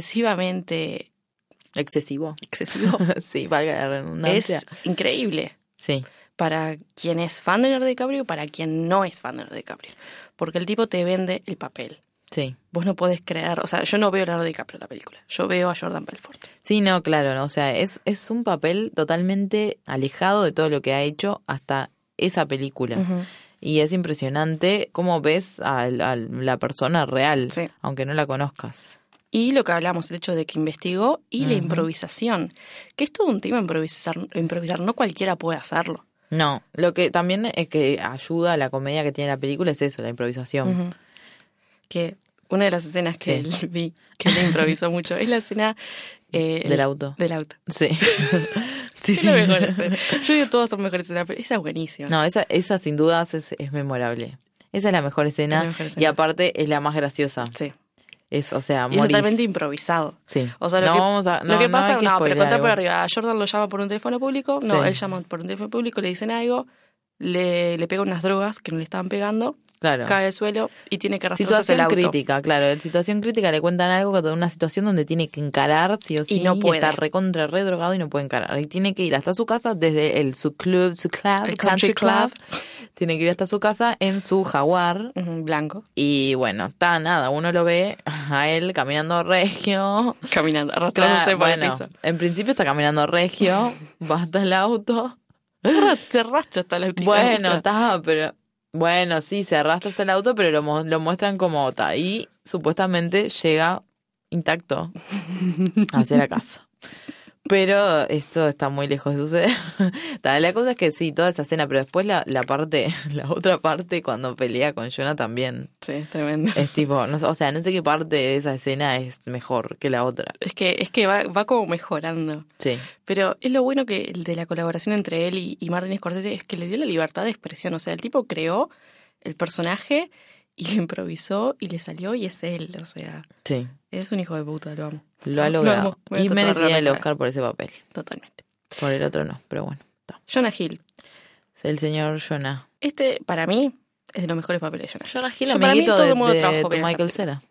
S1: excesivamente
S2: Excesivo. [laughs]
S1: excesivo
S2: sí, valga la
S1: es
S2: redundancia.
S1: increíble.
S2: Oh. Sí,
S1: para quien es fan de Leonardo DiCaprio y para quien no es fan de Leonardo DiCaprio. Porque el tipo te vende el papel.
S2: sí.
S1: Vos no podés creer, o sea, yo no veo a Leonardo DiCaprio en la película, yo veo a Jordan Belfort.
S2: Sí, no, claro, no. O sea, es, es un papel totalmente alejado de todo lo que ha hecho hasta esa película. Y es impresionante cómo ves a, la persona real,
S1: Sí.
S2: aunque no la conozcas.
S1: Y lo que hablamos, el hecho de que investigó y la improvisación, que es todo un tema improvisar, improvisar, no cualquiera puede hacerlo.
S2: No, lo que también es que ayuda a la comedia que tiene la película es eso, la improvisación.
S1: Que una de las escenas que
S2: Sí.
S1: él [laughs] vi, que él improvisó mucho, es la escena... eh,
S2: Del
S1: el-
S2: auto.
S1: Del auto.
S2: Sí. [laughs] sí,
S1: Es la mejor escena. Yo digo todas son mejores escenas, pero esa es buenísima.
S2: No, esa, esa sin dudas es, es memorable. Esa es la mejor escena
S1: Es la mejor
S2: y
S1: escena.
S2: aparte es la más graciosa.
S1: Sí.
S2: Es, o sea,
S1: Y es
S2: morís.
S1: totalmente improvisado.
S2: Sí.
S1: O sea, lo,
S2: No
S1: que,
S2: vamos a-
S1: lo
S2: no,
S1: que
S2: no
S1: pasa,
S2: hay
S1: no,
S2: que
S1: pero
S2: spoilear
S1: contar por
S2: algo.
S1: arriba. A Jordan lo llama por un teléfono público. No,
S2: Sí.
S1: él llama por un teléfono público, le dicen algo, le, le pega unas drogas que no le estaban pegando,
S2: Claro.
S1: cae al suelo y tiene que arrastrarse hacia
S2: Situación
S1: el auto.
S2: crítica, claro. En situación crítica le cuentan algo que una situación donde tiene que encarar sí o sí.
S1: no puede.
S2: está recontra re drogado y no puede encarar. Y tiene que ir hasta su casa desde el, su club, su club,
S1: El
S2: country
S1: country
S2: club.
S1: club.
S2: Tiene que ir hasta su casa en su jaguar.
S1: Ujú, Blanco, [laughs]
S2: Y bueno, está nada. Uno lo ve a él caminando regio.
S1: caminando,
S2: Claro,
S1: arrastrándose por
S2: bueno,
S1: el piso.
S2: en principio está caminando [laughs] regio, va hasta el auto.
S1: Se arrastra hasta la
S2: Bueno, está, pero Bueno, sí, se arrastra hasta el auto, pero lo, mu- lo muestran como OTA. Y supuestamente llega intacto hacia la casa. Pero esto está muy lejos de suceder. [laughs] Ta, la cosa es que sí, toda esa escena, pero después la, la parte, [laughs] la otra parte cuando pelea con Jonah también.
S1: Sí, es tremendo.
S2: Es tipo, no, sé- o sea, no sé qué parte de esa escena es mejor que la otra.
S1: Es que, es que va, va como mejorando.
S2: Sí.
S1: Pero es lo bueno que el de la colaboración entre él y, y Martin Scorsese es que le dio la libertad de expresión. O sea, el tipo creó el personaje y lo improvisó y le salió y es él. O sea,
S2: Sí.
S1: es un hijo de puta, lo amo.
S2: Lo ha
S1: Lo
S2: logrado.
S1: amo. Voy a
S2: y merecía
S1: tatuarme
S2: el
S1: la cara.
S2: Oscar por ese papel.
S1: Totalmente.
S2: Por el otro no, pero bueno. ta.
S1: Jonah Hill.
S2: El señor Jonah.
S1: Este, para mí, es de los mejores papeles de Jonah Hill.
S2: Jonah Hill,
S1: Yo para mí
S2: amiguito
S1: todo
S2: de,
S1: el mundo
S2: de
S1: trabajó
S2: tu
S1: bien en
S2: Michael
S1: esta
S2: Cera.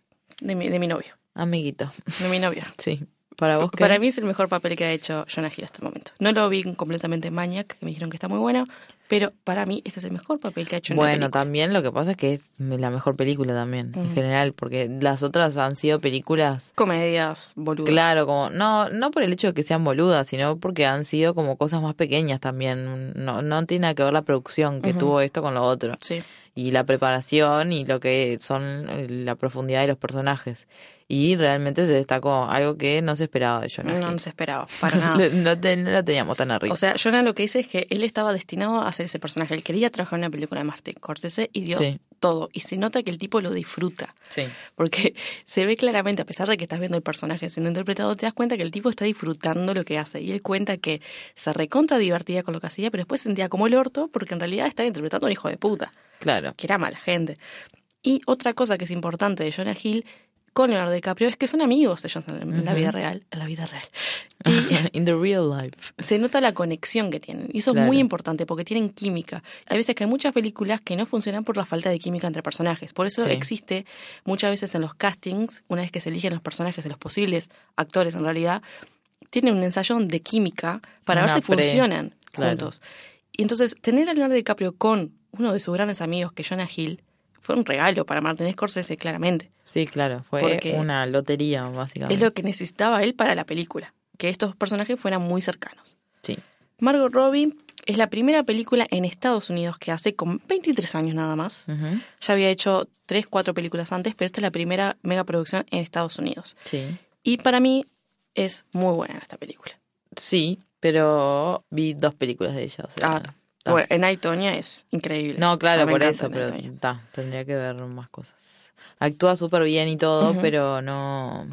S1: De mi, de mi novio.
S2: Amiguito.
S1: De
S2: [laughs]
S1: mi novio.
S2: Sí. Para vos, qué?
S1: Para mí es el mejor papel que ha hecho Jonah Hill hasta el momento. No lo vi completamente en Maniac, que me dijeron que está muy bueno, pero para mí este es el mejor papel que ha hecho en una
S2: Bueno,
S1: película.
S2: también lo que pasa es que es la mejor película también, en
S1: Mm.
S2: general, porque las otras han sido películas,
S1: Comedias boludas.
S2: claro, como, no, no por el hecho de que sean boludas, sino porque han sido como cosas más pequeñas también. No, no tiene nada que ver la producción que
S1: Ujú.
S2: tuvo esto con lo otro.
S1: Sí.
S2: y la preparación y lo que son eh, la profundidad de los personajes. Y realmente se destacó algo que no se esperaba de Jonah
S1: No,
S2: Hill.
S1: no se esperaba,
S2: [laughs]
S1: para nada.
S2: Le- no, te- no la teníamos tan arriba.
S1: O sea, Jonah lo que dice es que él estaba destinado a hacer ese personaje. Él quería trabajar en una película de Martin Scorsese y dio
S2: Sí.
S1: todo. Y se nota que el tipo lo disfruta.
S2: sí.
S1: Porque [laughs] se ve claramente, a pesar de que estás viendo el personaje siendo interpretado, te das cuenta que el tipo está disfrutando lo que hace. Y él cuenta que se recontra divertía con lo que hacía, pero después se sentía como el orto porque en realidad estaba interpretando a un hijo de puta, [laughs]
S2: Claro.
S1: que era mala gente. Y otra cosa que es importante de Jonah Hill con Leonardo DiCaprio es que son amigos ellos en la vida real. En la vida real. Y
S2: In the real life.
S1: se nota la conexión que tienen. Y eso
S2: Claro.
S1: es muy importante porque tienen química. Hay veces que hay muchas películas que no funcionan por la falta de química entre personajes. Por eso
S2: Sí.
S1: existe muchas veces en los castings, una vez que se eligen los personajes de los posibles actores en realidad, tienen un ensayo de química para
S2: Una
S1: ver si
S2: pre.
S1: funcionan
S2: Claro.
S1: juntos. Y entonces tener a Leonardo DiCaprio con uno de sus grandes amigos, que es Jonah Hill, fue un regalo para Martin Scorsese, claramente.
S2: Sí, claro. Fue
S1: Porque-
S2: una lotería, básicamente.
S1: Es lo que necesitaba él para la película, que estos personajes fueran muy cercanos.
S2: Sí.
S1: Margot Robbie es la primera película en Estados Unidos que hace con 23 años nada más.
S2: Ujú.
S1: Ya había hecho 3, 4 películas antes, pero esta es la primera megaproducción en Estados Unidos.
S2: Sí.
S1: Y para mí es muy buena esta película.
S2: Sí, pero vi dos películas de ella. o sea,
S1: Ah,
S2: ta.
S1: Bueno, en Aitonia es increíble.
S2: No, claro,
S1: Ah, me
S2: por
S1: encanta
S2: eso,
S1: Anna
S2: pero
S1: Antonia.
S2: ta, tendría que ver más cosas. Actúa súper bien y todo,
S1: Ujú.
S2: pero no.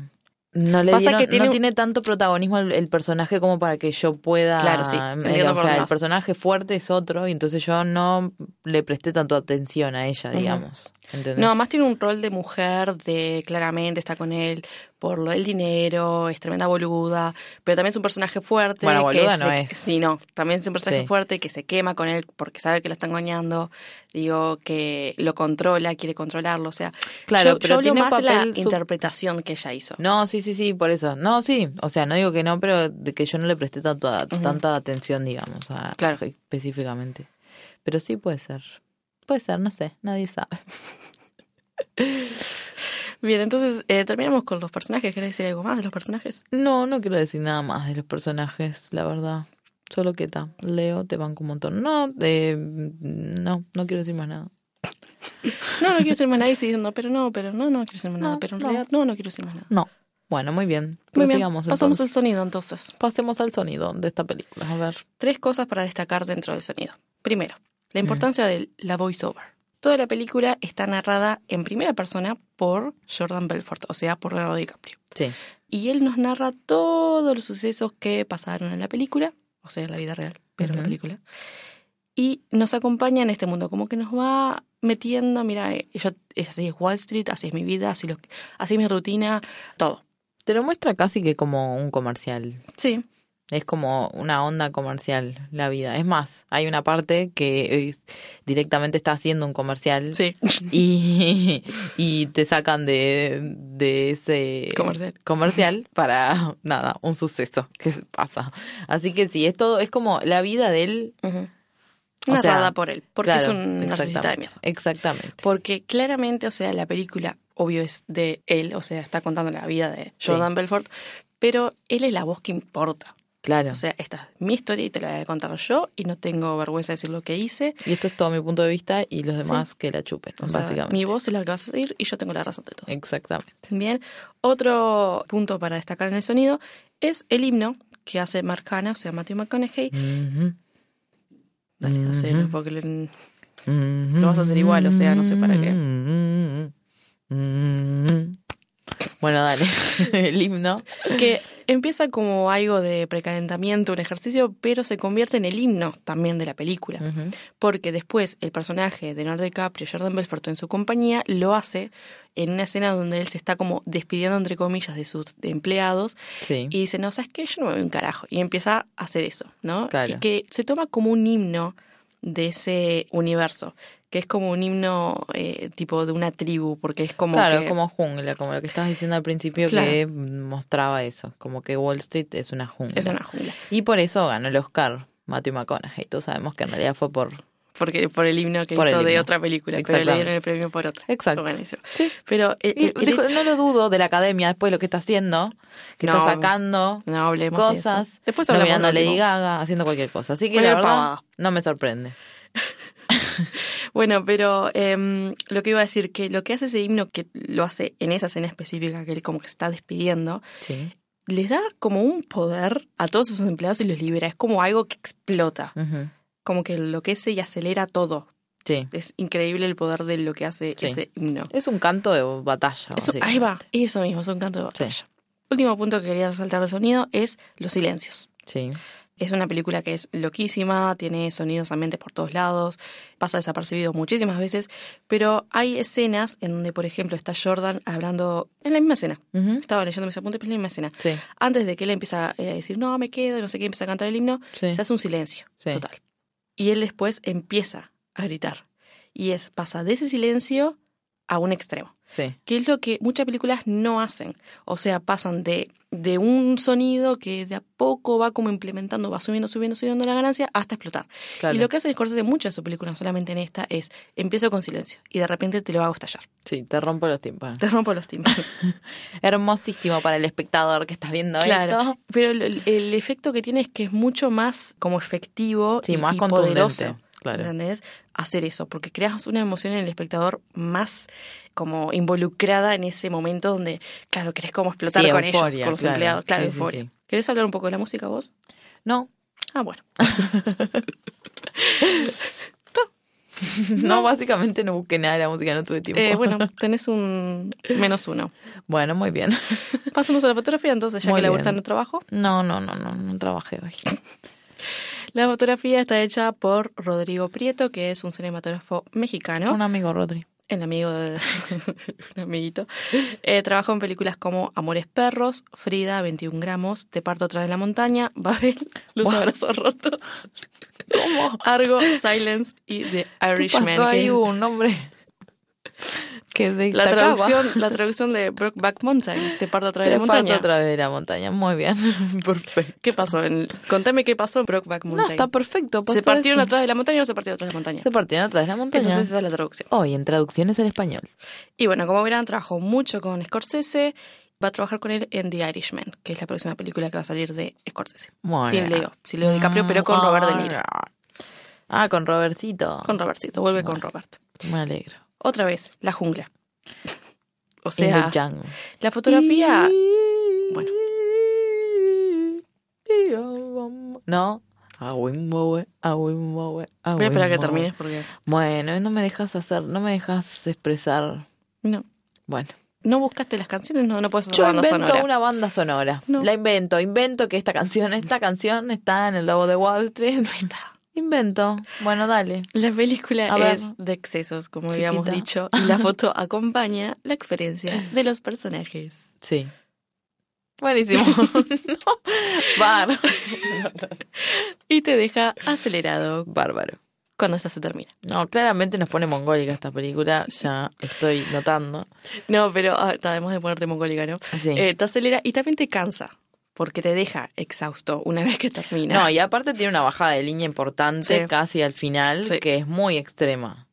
S2: No le
S1: Pasa
S2: dieron-
S1: que tiene
S2: no
S1: un-
S2: tiene tanto protagonismo el, el personaje como para que yo pueda.
S1: Claro, sí,
S2: eh,
S1: entiendo
S2: o sea,
S1: por dónde
S2: el
S1: vas.
S2: personaje fuerte es otro, y entonces yo no le presté tanto atención a ella,
S1: Ujú.
S2: digamos. ¿Entendés?
S1: No, además tiene un rol de mujer, de claramente está con él por lo del dinero, es tremenda boluda, pero también es un personaje fuerte.
S2: Bueno, boluda
S1: que
S2: no
S1: se-
S2: es.
S1: Sí, no, también es un personaje
S2: Sí.
S1: fuerte que se quema con él porque sabe que lo están engañando, digo, que lo controla, quiere controlarlo, o sea,
S2: Claro,
S1: yo,
S2: pero
S1: yo hablo
S2: tiene un
S1: más de la
S2: papel sup-
S1: interpretación que ella hizo.
S2: No, sí, sí, sí, por eso. No, sí, o sea, no digo que no, pero de que yo no le presté tanto a- tanta atención, digamos, a,
S1: Claro.
S2: específicamente. Pero sí puede ser. Puede ser, no sé, nadie sabe.
S1: Bien, entonces eh, terminamos con los personajes. ¿Querés decir algo más de los personajes?
S2: No, no quiero decir nada más de los personajes, la verdad. Solo que ta, Leo te banco un montón. No, eh, no, no quiero decir más nada.
S1: No, no quiero decir más nada y sigue diciendo, pero no, pero no, no quiero decir más nada,
S2: No,
S1: pero en
S2: no.
S1: realidad no, no quiero decir más nada.
S2: No. Bueno, muy bien.
S1: Muy bien,
S2: Prosigamos
S1: pasamos al
S2: entonces.
S1: sonido entonces.
S2: Pasemos al sonido de esta película. A ver.
S1: Tres cosas para destacar dentro del sonido. Primero, la importancia de la voiceover. Toda la película está narrada en primera persona por Jordan Belfort, o sea, por Leonardo DiCaprio.
S2: Sí.
S1: Y él nos narra todos los sucesos que pasaron en la película, o sea, en la vida real, pero en la
S2: Ujú.
S1: película. Y nos acompaña en este mundo, como que nos va metiendo, mira, eh, yo, es así es Wall Street, así es mi vida, así, lo, así es mi rutina, todo.
S2: Te lo muestra casi que como un comercial.
S1: Sí,
S2: Es como una onda comercial la vida. Es más, hay una parte que es- directamente está haciendo un comercial
S1: sí, [laughs]
S2: y, [laughs] y te sacan de, de ese
S1: comercial.
S2: comercial para [laughs] nada, un suceso que pasa. Así que sí, es todo, es como la vida de él.
S1: Ujú.
S2: O sea,
S1: Narrada por él, porque es
S2: Claro,
S1: un narcisista de
S2: exactamente,
S1: mierda.
S2: Exactamente.
S1: Porque claramente, o sea, la película, obvio, es de él, o sea, está contando la vida de
S2: Sí.
S1: Jordan Belfort, pero él es la voz que importa.
S2: Claro.
S1: O sea, esta es mi historia y te la voy a contar yo y no tengo vergüenza de decir lo que hice.
S2: y esto es todo mi punto de vista y los demás que la chupen,
S1: O sea,
S2: básicamente.
S1: mi voz es la que vas a seguir y yo tengo la razón de todo.
S2: Exactamente.
S1: Bien, otro punto para destacar en el sonido es el himno que hace Mark Hanna, o sea, Matthew McConaughey.
S2: Ujú,
S1: Dale,
S2: Ujú.
S1: hacelo, porque le-
S2: ujú,
S1: Lo vas a hacer igual, o sea, no sé para qué.
S2: ujú, ujú. Bueno, dale. [laughs] El himno.
S1: que empieza como algo de precalentamiento, un ejercicio, pero se convierte en el himno también de la película.
S2: Ujú.
S1: Porque después el personaje de Leonardo DiCaprio, Jordan Belfort, en su compañía, lo hace en una escena donde él se está como despidiendo, entre comillas, de sus empleados
S2: Sí.
S1: y dice, no, ¿sabes qué? Yo no me voy un carajo. Y empieza a hacer eso, ¿no?
S2: Claro.
S1: Y que se toma como un himno de ese universo, que es como un himno eh, tipo de una tribu, porque es como...
S2: claro,
S1: que-
S2: como jungla, como lo que estabas diciendo al principio que mostraba eso, como que Wall Street es una jungla.
S1: Es una jungla.
S2: Y por eso ganó el Oscar Matthew McConaughey. Todos sabemos que en realidad fue por...
S1: porque por el himno que
S2: Por el
S1: hizo de
S2: himno.
S1: otra película, pero le
S2: Exactamente.
S1: dieron el premio por otra.
S2: Exacto.
S1: Bueno, eso.
S2: Sí.
S1: Pero eh, el-
S2: Y
S1: el- el
S2: dijo,
S1: hecho-
S2: no lo dudo de la academia después de lo que está haciendo, que
S1: No.
S2: está sacando
S1: no hablemos de eso.
S2: cosas,
S1: Después hablamos
S2: nominando a
S1: del
S2: Lady
S1: último.
S2: Gaga, haciendo cualquier cosa. Así que
S1: Cualquier
S2: la verdad,
S1: pavada.
S2: no me sorprende.
S1: Bueno, pero em, lo que iba a decir, que lo que hace ese himno, que lo hace en esa escena específica, que él como que se está despidiendo,
S2: Sí.
S1: les da como un poder a todos sus empleados y los libera. Es como algo que explota,
S2: Ujú.
S1: como que enloquece y acelera todo.
S2: Sí.
S1: Es increíble el poder de lo que hace
S2: Sí.
S1: ese himno.
S2: Es un canto de batalla.
S1: Eso, ahí va, eso mismo, es un canto de batalla. Último punto que quería resaltar de sonido es los silencios.
S2: Sí.
S1: Es una película que es loquísima, tiene sonidos ambientes por todos lados, pasa desapercibido muchísimas veces, pero hay escenas en donde, por ejemplo, está Jordan hablando en la misma escena.
S2: Ujú.
S1: Estaba leyendo mis apuntes, pero en la misma escena.
S2: Sí.
S1: Antes de que él empieza eh, a decir, no, me quedo, y no sé qué, empieza a cantar el himno,
S2: Sí.
S1: se hace un silencio
S2: Sí.
S1: total. Y él después empieza a gritar. Y es, pasa de ese silencio a un extremo
S2: Sí.
S1: que es lo que muchas películas no hacen. O sea, pasan de, de un sonido que de a poco va como implementando, va subiendo, subiendo, subiendo la ganancia hasta explotar.
S2: Claro.
S1: Y lo que hace Scorsese en muchas de sus películas, no solamente en esta, es empiezo con silencio y de repente te lo hago estallar. [laughs]
S2: Sí, te rompo los tímpanos.
S1: Te rompo los
S2: [laughs]
S1: timbres.
S2: Hermosísimo para el espectador que está viendo
S1: claro.
S2: esto.
S1: Pero el, el- el efecto que tiene es que es mucho más como efectivo
S2: Sí,
S1: y,
S2: más
S1: y
S2: contundente,
S1: poderoso.
S2: claro.
S1: ¿Entendés? Hacer eso, porque creas una emoción en el espectador más como involucrada en ese momento donde, claro, querés como explotar
S2: Sí,
S1: con ellos,
S2: euforia,
S1: con los
S2: claro.
S1: empleados. Claro,
S2: Sí, sí,
S1: euforia.
S2: sí.
S1: ¿Querés hablar un poco de la música vos?
S2: No, [laughs]
S1: Ah, bueno.
S2: no, básicamente no busqué nada de la música, no tuve tiempo. [laughs]
S1: Eh, bueno, tenés un menos uno.
S2: Bueno, muy bien.
S1: Pasamos a la fotografía entonces, ya
S2: Muy
S1: que la
S2: bien.
S1: bolsa [laughs] no trabajó.
S2: No, no, no, no, no trabajé hoy.
S1: La fotografía está hecha por Rodrigo Prieto, que es un cinematógrafo mexicano.
S2: Un amigo, Rodri.
S1: el amigo de [laughs] un amiguito. Eh, trabajó en películas como Amores Perros, Frida, 21 gramos, Te parto atrás de la montaña, [laughs] Babel, Los
S2: Wow.
S1: abrazos rotos,
S2: ¿Cómo?
S1: Argo, Silence y The
S2: ¿Qué pasó
S1: Irishman.
S2: ahí?
S1: que-
S2: Hubo un nombre [laughs] que
S1: la,
S2: destacaba.
S1: traducción, la traducción de Brokeback Mountain, Te parto atrás
S2: Te
S1: de la montaña.
S2: parto otra vez de la montaña. Muy
S1: [laughs]
S2: bien, perfecto.
S1: ¿Qué pasó? En- contame qué pasó en Brokeback
S2: No,
S1: Mountain.
S2: está perfecto. pasó
S1: ¿Se partieron
S2: eso.
S1: atrás de la montaña o no se partieron atrás de la montaña?
S2: Se partieron atrás de la montaña.
S1: Entonces esa es la traducción.
S2: Hoy en traducciones al español.
S1: Y bueno, como verán, trabajó mucho con Scorsese. Va a trabajar con él en The Irishman, que es la próxima película que va a salir de Scorsese.
S2: Bueno.
S1: Sin Leo, sin Leo DiCaprio, pero
S2: Mm.
S1: con Robert De Niro.
S2: Ah, con Robertcito.
S1: Con Robertcito, vuelve con Robert.
S2: Me alegro.
S1: Otra vez, la jungla. [laughs] O
S2: En
S1: sea,
S2: the jungle.
S1: la fotografía. Bueno.
S2: No. A Wimbowe, a Wimbowe, a
S1: Voy a esperar a
S2: Wimbowe.
S1: que termines porque.
S2: Bueno, no me dejas hacer, no me dejas expresar.
S1: No.
S2: Bueno,
S1: No buscaste las canciones, no, no puedes hacer
S2: yo
S1: banda
S2: invento
S1: sonora.
S2: una banda sonora.
S1: No.
S2: La invento, invento que esta canción, esta canción está en el logo de Wall Street. [laughs] Invento. Bueno, dale.
S1: La película
S2: A ver.
S1: es de excesos, como habíamos
S2: Chiquita.
S1: dicho, y la foto acompaña la experiencia de los personajes.
S2: Sí. Buenísimo. No. Bárbaro.
S1: [laughs] Y te deja acelerado
S2: Bárbaro.
S1: cuando esta se termina.
S2: No, claramente nos pone mongólica esta película, ya estoy notando.
S1: No, pero ah, está, además de ponerte mongólica, ¿no?
S2: Sí.
S1: Eh, te acelera y también te cansa, porque te deja exhausto una vez que termina.
S2: No, y aparte tiene una bajada de línea importante
S1: Sí.
S2: casi al final,
S1: Sí.
S2: que es muy extrema.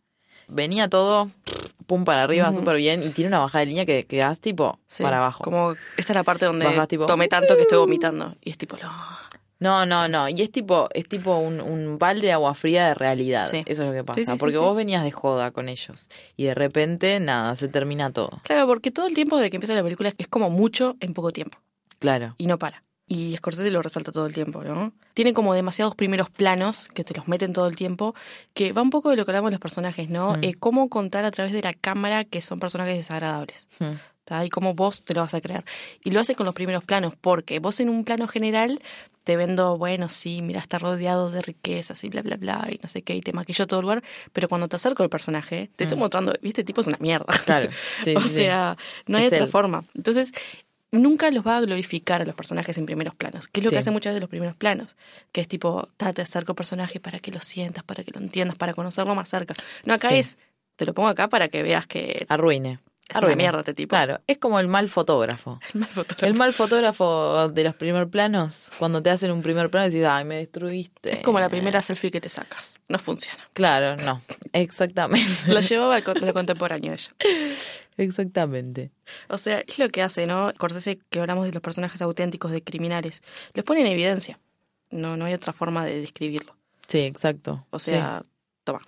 S2: Venía todo pum para arriba, súper bien, y tiene una bajada de línea que quedas tipo
S1: Sí,
S2: para abajo.
S1: Como esta es la parte donde
S2: Bajás, tipo, "Uh".
S1: tomé tanto que estoy vomitando. Y es tipo, "Ah".
S2: No,
S1: no,
S2: no, no. Y es tipo, es tipo un, un balde de agua fría de realidad.
S3: Sí.
S2: Eso es lo que pasa.
S1: Sí, sí, sí,
S2: Porque
S1: sí.
S2: vos venías de joda con ellos. Y de repente, nada, se termina todo.
S1: Claro, porque todo el tiempo de que empieza la película es como mucho en poco tiempo.
S2: Claro.
S1: Y no para. Y Scorsese lo resalta todo el tiempo, ¿no? Tiene como demasiados primeros planos que te los meten todo el tiempo, que va un poco de lo que hablamos de los personajes, ¿no?
S2: Mm.
S1: Eh, cómo contar a través de la cámara que son personajes desagradables.
S2: Mm.
S1: ¿tá? Y cómo vos te lo vas a crear. Y lo hace con los primeros planos, porque vos en un plano general te vendo, bueno, sí, mira, está rodeado de riquezas y bla, bla, bla, y no sé qué, y te maquillo todo el lugar, pero cuando te acerco al personaje, te estoy mostrando, viste, tipo es una mierda. [laughs]
S2: Claro. Sí,
S1: o
S2: sí, sí.
S1: sea, no hay
S2: Es
S1: otra
S2: el-
S1: forma. Entonces, nunca los va a glorificar a los personajes en primeros planos, que es lo
S2: Sí.
S1: que hace muchas veces los primeros planos, que es tipo, ta, te acerco al personaje para que lo sientas, para que lo entiendas, para conocerlo más cerca. No, acá
S2: Sí.
S1: es, te lo pongo acá para que veas que
S2: Arruine.
S1: es una mierda este tipo.
S2: Claro. Es como el mal fotógrafo.
S1: El [laughs] mal fotógrafo.
S2: El mal fotógrafo de los primer planos, cuando te hacen un primer plano, decís, ay, me destruiste.
S1: Es como la primera selfie que te sacas. No funciona.
S2: Claro, no. Exactamente.
S1: Lo llevaba al co- lo contemporáneo ella.
S2: Exactamente.
S1: O sea, es lo que hace, ¿no? Corsese, que hablamos de los personajes auténticos de criminales, los pone en evidencia. No, no hay otra forma de describirlo.
S2: Sí, exacto.
S1: O
S2: Sí.
S1: sea, toma,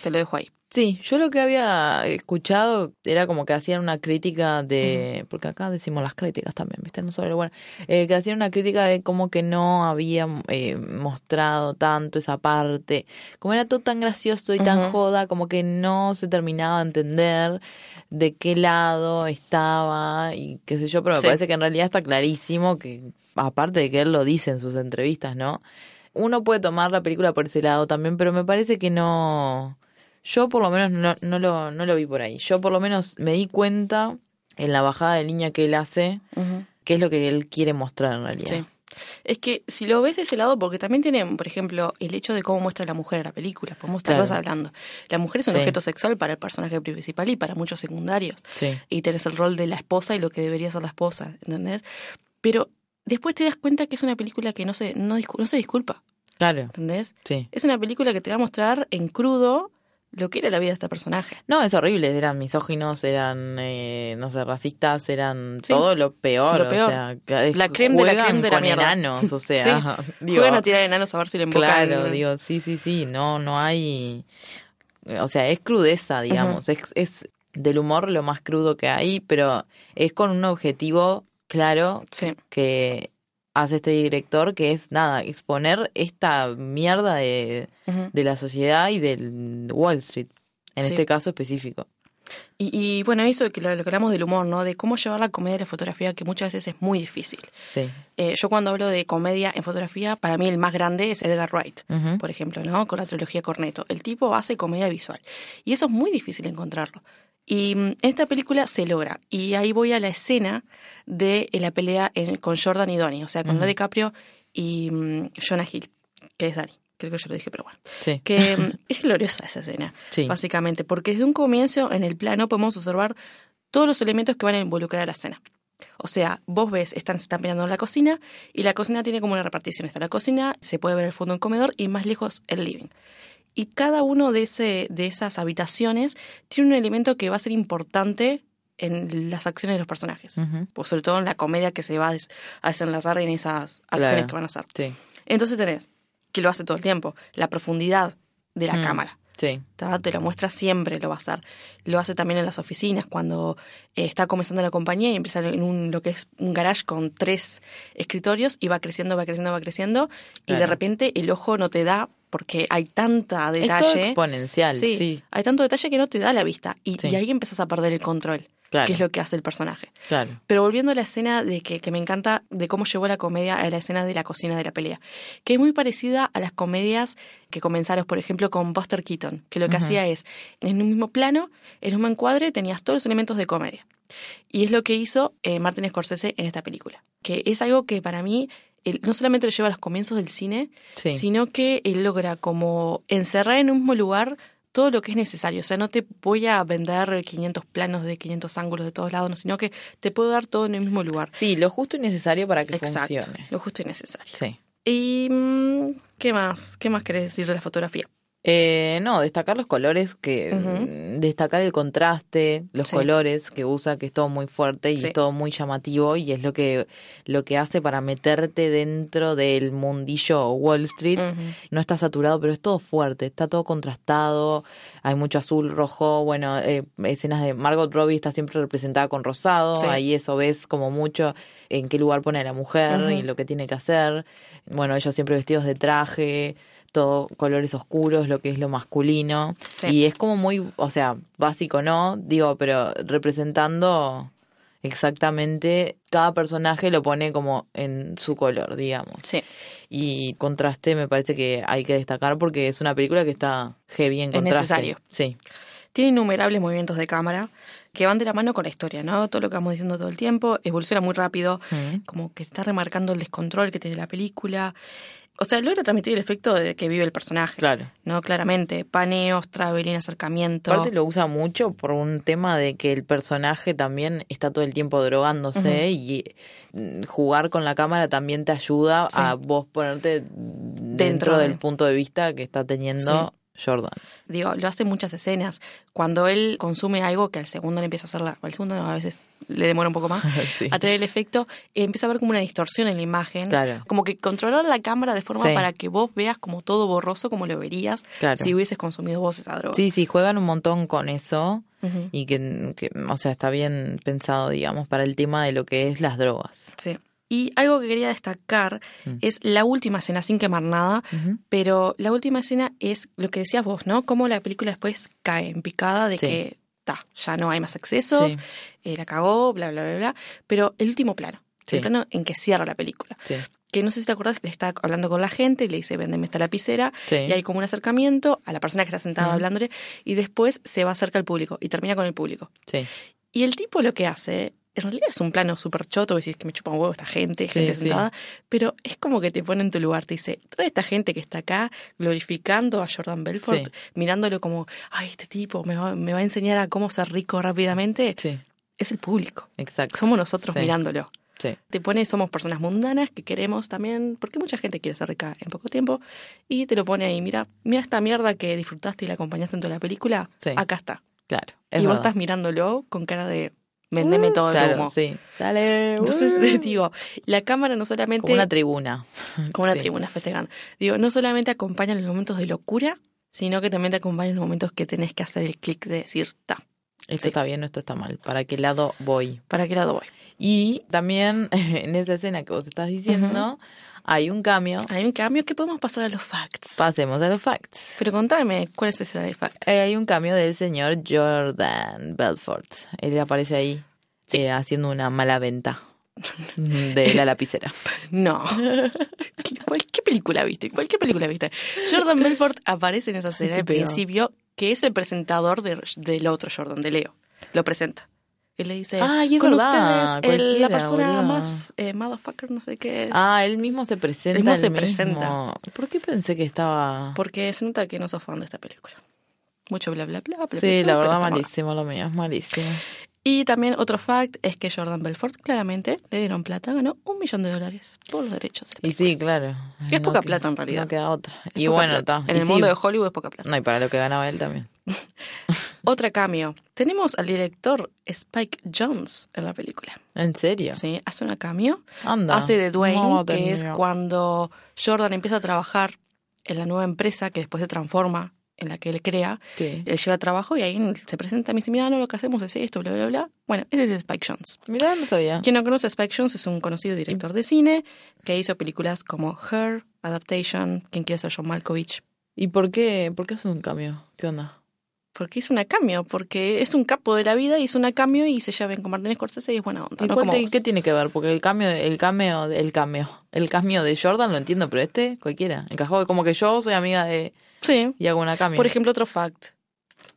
S1: te lo dejo ahí.
S2: Sí, yo lo que había escuchado era como que hacían una crítica de, porque acá decimos las críticas también, ¿viste? No solo lo bueno, Eh, que hacían una crítica de como que no había eh, mostrado tanto esa parte, como era todo tan gracioso y tan
S1: Ujú.
S2: joda, como que no se terminaba de entender de qué lado estaba y qué sé yo, pero me
S1: Sí.
S2: parece que en realidad está clarísimo que, aparte de que él lo dice en sus entrevistas, ¿no? Uno puede tomar la película por ese lado también, pero me parece que no... Yo por lo menos no, no, lo, no lo vi por ahí. Yo por lo menos me di cuenta en la bajada de línea que él hace qué es lo que él quiere mostrar en realidad.
S1: Sí. Es que si lo ves de ese lado, porque también tienen, por ejemplo, el hecho de cómo muestra la mujer en la película, podemos estarlos
S2: Claro.
S1: hablando. La mujer es un
S2: Sí.
S1: objeto sexual para el personaje principal y para muchos secundarios.
S2: Sí.
S1: y tenés el rol de la esposa y lo que debería ser la esposa, ¿entendés? Pero después te das cuenta que es una película que no se, no, discu- no se disculpa,
S2: Claro,
S1: ¿entendés?
S2: sí.
S1: Es una película que te va a mostrar en crudo lo que era la vida de este personaje.
S2: No, es horrible. Eran misóginos, eran, eh, no sé, racistas, eran
S1: Sí.
S2: todo lo peor.
S1: Lo peor.
S2: O sea, ca- es-
S1: La creme de la
S2: juegan
S1: creme de la
S2: con
S1: mierda.
S2: enanos,
S1: [laughs]
S2: o sea. [laughs] digo,
S1: Juegan a tirar enanos a ver si le embocan.
S2: Claro, digo, sí, sí, sí, no, no hay, o sea, es crudeza, digamos, es, es del humor lo más crudo que hay, pero es con un objetivo claro
S1: Sí,
S2: que hace este director, que es nada, exponer esta mierda de,
S1: ujú.
S2: de la sociedad y del Wall Street, en
S1: Sí.
S2: este caso específico.
S1: Y, y, bueno, eso que lo, lo que hablamos del humor, ¿no? De cómo llevar la comedia a la fotografía, que muchas veces es muy difícil.
S2: Sí.
S1: Eh, yo cuando hablo de comedia en fotografía, para mí el más grande es Edgar Wright.
S2: Ujú.
S1: por ejemplo, ¿no? Con la trilogía Corneto. El tipo hace comedia visual. Y eso es muy difícil encontrarlo. Y mm, esta película se logra. Y ahí voy a la escena de eh, la pelea en- con Jordan y Donnie, o sea, con Leo DiCaprio y mm, Jonah Hill, que es Danny. Creo que yo lo dije, pero bueno.
S2: Sí.
S1: Que mm, es gloriosa esa escena,
S2: Sí.
S1: básicamente, porque desde un comienzo en el plano podemos observar todos los elementos que van a involucrar a la escena. O sea, vos ves, están, se están peleando en la cocina y la cocina tiene como una repartición. Está la cocina, se puede ver el fondo en comedor y más lejos el living. Y cada uno de, ese, de esas habitaciones tiene un elemento que va a ser importante en las acciones de los personajes.
S2: Ujú.
S1: O sobre todo en la comedia que se va a des- a desenlazar en esas acciones
S2: Claro.
S1: que van a hacer.
S2: Sí.
S1: Entonces tenés, que lo hace todo el tiempo, la profundidad de la
S2: Mm.
S1: cámara.
S2: Sí.
S1: ¿tá? Te lo muestra siempre, lo va a hacer. Lo hace también en las oficinas, cuando eh, está comenzando la compañía y empieza en un, lo que es un garage con tres escritorios y va creciendo, va creciendo, va creciendo. Y de
S2: Claro.
S1: repente el ojo no te da, porque hay tanta
S2: Es todo
S1: detalle.
S2: exponencial,
S1: Sí,
S2: sí,
S1: hay tanto detalle que no te da la vista. Y,
S2: Sí.
S1: y ahí empezás a perder el control,
S2: Claro.
S1: que es lo que hace el personaje.
S2: claro.
S1: Pero volviendo a la escena de que, que me encanta de cómo llevó la comedia a la escena de la cocina de la pelea, que es muy parecida a las comedias que comenzaron, por ejemplo, con Buster Keaton, que lo que hacía es, en un mismo plano, en un mismo encuadre, tenías todos los elementos de comedia. Y es lo que hizo eh, Martin Scorsese en esta película, que es algo que para mí él no solamente lo lleva a los comienzos del cine,
S2: Sí.
S1: sino que él logra como encerrar en un mismo lugar todo lo que es necesario. O sea, no te voy a vender 500 planos de 500 ángulos de todos lados, no, sino que te puedo dar todo en el mismo lugar.
S2: Sí, lo justo y necesario para que
S1: Exacto.
S2: funcione.
S1: Lo justo y necesario.
S2: Sí.
S1: ¿Y mm, qué más? ¿Qué más querés decir de la fotografía?
S2: Eh, no, destacar los colores, que
S1: Ujú.
S2: destacar el contraste, los
S1: Sí.
S2: colores que usa, que es todo muy fuerte y
S1: Sí.
S2: es todo muy llamativo y es lo que lo que hace para meterte dentro del mundillo Wall Street. No está saturado, pero es todo fuerte, está todo contrastado, hay mucho azul, rojo, bueno, eh, escenas de Margot Robbie está siempre representada con rosado,
S1: Sí.
S2: ahí eso ves como mucho en qué lugar pone a la mujer
S1: Ujú.
S2: y lo que tiene que hacer. Bueno, ellos siempre vestidos de traje, todo colores oscuros, lo que es lo masculino.
S1: Sí.
S2: Y es como muy, o sea, básico, ¿no? Digo, pero representando exactamente cada personaje lo pone como en su color, digamos.
S1: Sí,
S2: Y contraste me parece que hay que destacar porque es una película que está heavy en
S1: Es
S2: contraste.
S1: necesario.
S2: Sí.
S1: tiene innumerables movimientos de cámara que van de la mano con la historia, ¿no? Todo lo que vamos diciendo todo el tiempo, evoluciona muy rápido,
S2: Mm.
S1: como que está remarcando el descontrol que tiene la película. O sea, logra transmitir el efecto de que vive el personaje.
S2: Claro.
S1: No, claramente. Paneos, traveling, acercamiento.
S2: Aparte lo usa mucho por un tema de que el personaje también está todo el tiempo drogándose y mm, jugar con la cámara también te ayuda
S1: Sí.
S2: a vos ponerte dentro,
S1: Dentro de-
S2: del punto de vista que está teniendo Jordan. [laughs]
S1: Digo, lo hace en muchas escenas. Cuando él consume algo que al segundo le empieza a hacer la. o Al segundo no, a veces le demora un poco más.
S2: [laughs] Sí.
S1: A tener el efecto, empieza a ver como una distorsión en la imagen.
S2: Claro.
S1: Como que controlar la cámara de forma
S2: Sí.
S1: para que vos veas como todo borroso, como lo verías
S2: Claro.
S1: si hubieses consumido vos esa droga.
S2: Sí, sí, juegan un montón con eso
S1: Ujú.
S2: y que, que, o sea, está bien pensado, digamos, para el tema de lo que es las drogas.
S1: Sí. Y algo que quería destacar
S2: Mm.
S1: es la última escena, sin quemar nada,
S2: Ujú.
S1: pero la última escena es lo que decías vos, ¿no? Cómo la película después cae en picada de
S2: Sí.
S1: que ta, ya no hay más accesos,
S2: Sí.
S1: eh, la cagó, bla, bla, bla, bla. Pero el último plano,
S2: Sí.
S1: el plano en que cierra la película.
S2: Sí.
S1: Que no sé si te acordás que le está hablando con la gente y le dice, véndeme esta lapicera.
S2: Sí.
S1: Y hay como un acercamiento a la persona que está sentada
S2: Ujú.
S1: hablándole y después se va acerca al público y termina con el público.
S2: Sí.
S1: Y el tipo lo que hace, en realidad es un plano súper choto, decís que me chupa un huevo esta gente,
S2: Sí,
S1: gente
S2: sí.
S1: sentada, pero es como que te pone en tu lugar, te dice, toda esta gente que está acá glorificando a Jordan Belfort,
S2: Sí.
S1: mirándolo como, ay, este tipo me va, me va a enseñar a cómo ser rico rápidamente,
S2: Sí.
S1: es el público.
S2: Exacto.
S1: Somos nosotros
S2: Sí.
S1: mirándolo.
S2: Sí.
S1: Te pone, somos personas mundanas que queremos también, porque mucha gente quiere ser rica en poco tiempo, y te lo pone ahí, mira, mira esta mierda que disfrutaste y la acompañaste en toda la película,
S2: Sí.
S1: acá está.
S2: Claro.
S1: Y
S2: Es
S1: vos
S2: verdad. Uh,
S1: estás mirándolo con cara de vendeme todo el
S2: claro,
S1: humo.
S2: sí. Dale.
S1: Entonces, [laughs]
S2: uh.
S1: digo, la cámara no solamente.
S2: como una [laughs] tribuna.
S1: como una
S2: Sí.
S1: tribuna festejan. Digo, no solamente acompaña en los momentos de locura, sino que también te acompaña en los momentos que tenés que hacer el clic de decir, ta,
S2: Esto
S1: Sí.
S2: está bien, esto está mal. ¿Para qué lado voy?
S1: ¿para qué lado voy?
S2: Y también [laughs] en esa escena que vos estás diciendo, hay un cambio.
S1: Hay un cambio que podemos pasar a los facts.
S2: Pasemos a los facts.
S1: Pero contame, ¿cuál es ese de fact?
S2: Eh, hay un cambio del señor Jordan Belfort. Él aparece ahí
S1: Sí.
S2: eh, haciendo una mala venta de
S1: [laughs]
S2: la lapicera. [laughs]
S1: No. [laughs] ¿Cuál- ¿Qué película viste? ¿Cuál qué película viste? Jordan Belfort aparece en esa escena
S2: Sí,
S1: al
S2: pero-
S1: principio, que es el presentador de- del otro Jordan, de Leo. Lo presenta. Y le dice,
S2: Ay, es
S1: con
S2: verdad,
S1: ustedes, el-
S2: cualquiera,
S1: la persona
S2: boluda.
S1: más eh, motherfucker, no sé qué.
S2: Ah, él mismo se presenta.
S1: Él mismo
S2: él
S1: se presenta.
S2: mismo. ¿Por qué pensé que estaba...?
S1: Porque se nota que no sos fan de esta película. Mucho bla bla bla. bla, bla,
S2: Sí,
S1: bla,
S2: la
S1: pero
S2: verdad,
S1: está mala.
S2: malísimo lo mío, es malísimo.
S1: Y también otro fact es que Jordan Belfort claramente le dieron plata, ganó un millón de dólares por los derechos. de la
S2: Y sí, claro.
S1: Es poca
S2: que-
S1: plata, en realidad.
S2: No queda otra.
S1: Es
S2: y
S1: poca
S2: bueno,
S1: plata.
S2: está.
S1: En
S2: Y
S1: el
S2: sí,
S1: mundo de Hollywood es poca plata.
S2: No, y para lo que ganaba él también. Mm.
S1: Otra cameo. Tenemos al director Spike Jones en la película.
S2: ¿En serio?
S1: ¿sí? Hace una cameo.
S2: Anda.
S1: Hace de Dwayne,
S2: No lo
S1: que es
S2: tenía.
S1: cuando Jordan empieza a trabajar en la nueva empresa que después se transforma en la que él crea.
S2: Sí.
S1: Él lleva a eh, trabajo y ahí se presenta y me dice, mira, no, lo que hacemos es esto, bla, bla, bla. Bueno, ese es Spike Jones.
S2: Mirá, no sabía.
S1: Quien no conoce a Spike Jones es un conocido director de cine que hizo películas como Her, Adaptation, Quien quiere ser John Malkovich.
S2: ¿Y por qué, por qué hace un cambio? ¿Qué onda?
S1: Porque hizo una cambio, porque es un capo de la vida, hizo una cambio y se lleva bien con Martin Scorsese y es buena onda,
S2: ¿Y
S1: no
S2: cuál
S1: como
S2: te-
S1: vos.
S2: qué tiene que ver? Porque el cambio, el cameo, el cameo, el cambio de Jordan lo entiendo, pero este, cualquiera. Encajó como que yo soy amiga de
S1: Sí.
S2: y hago una cambio.
S1: Por ejemplo, otro fact.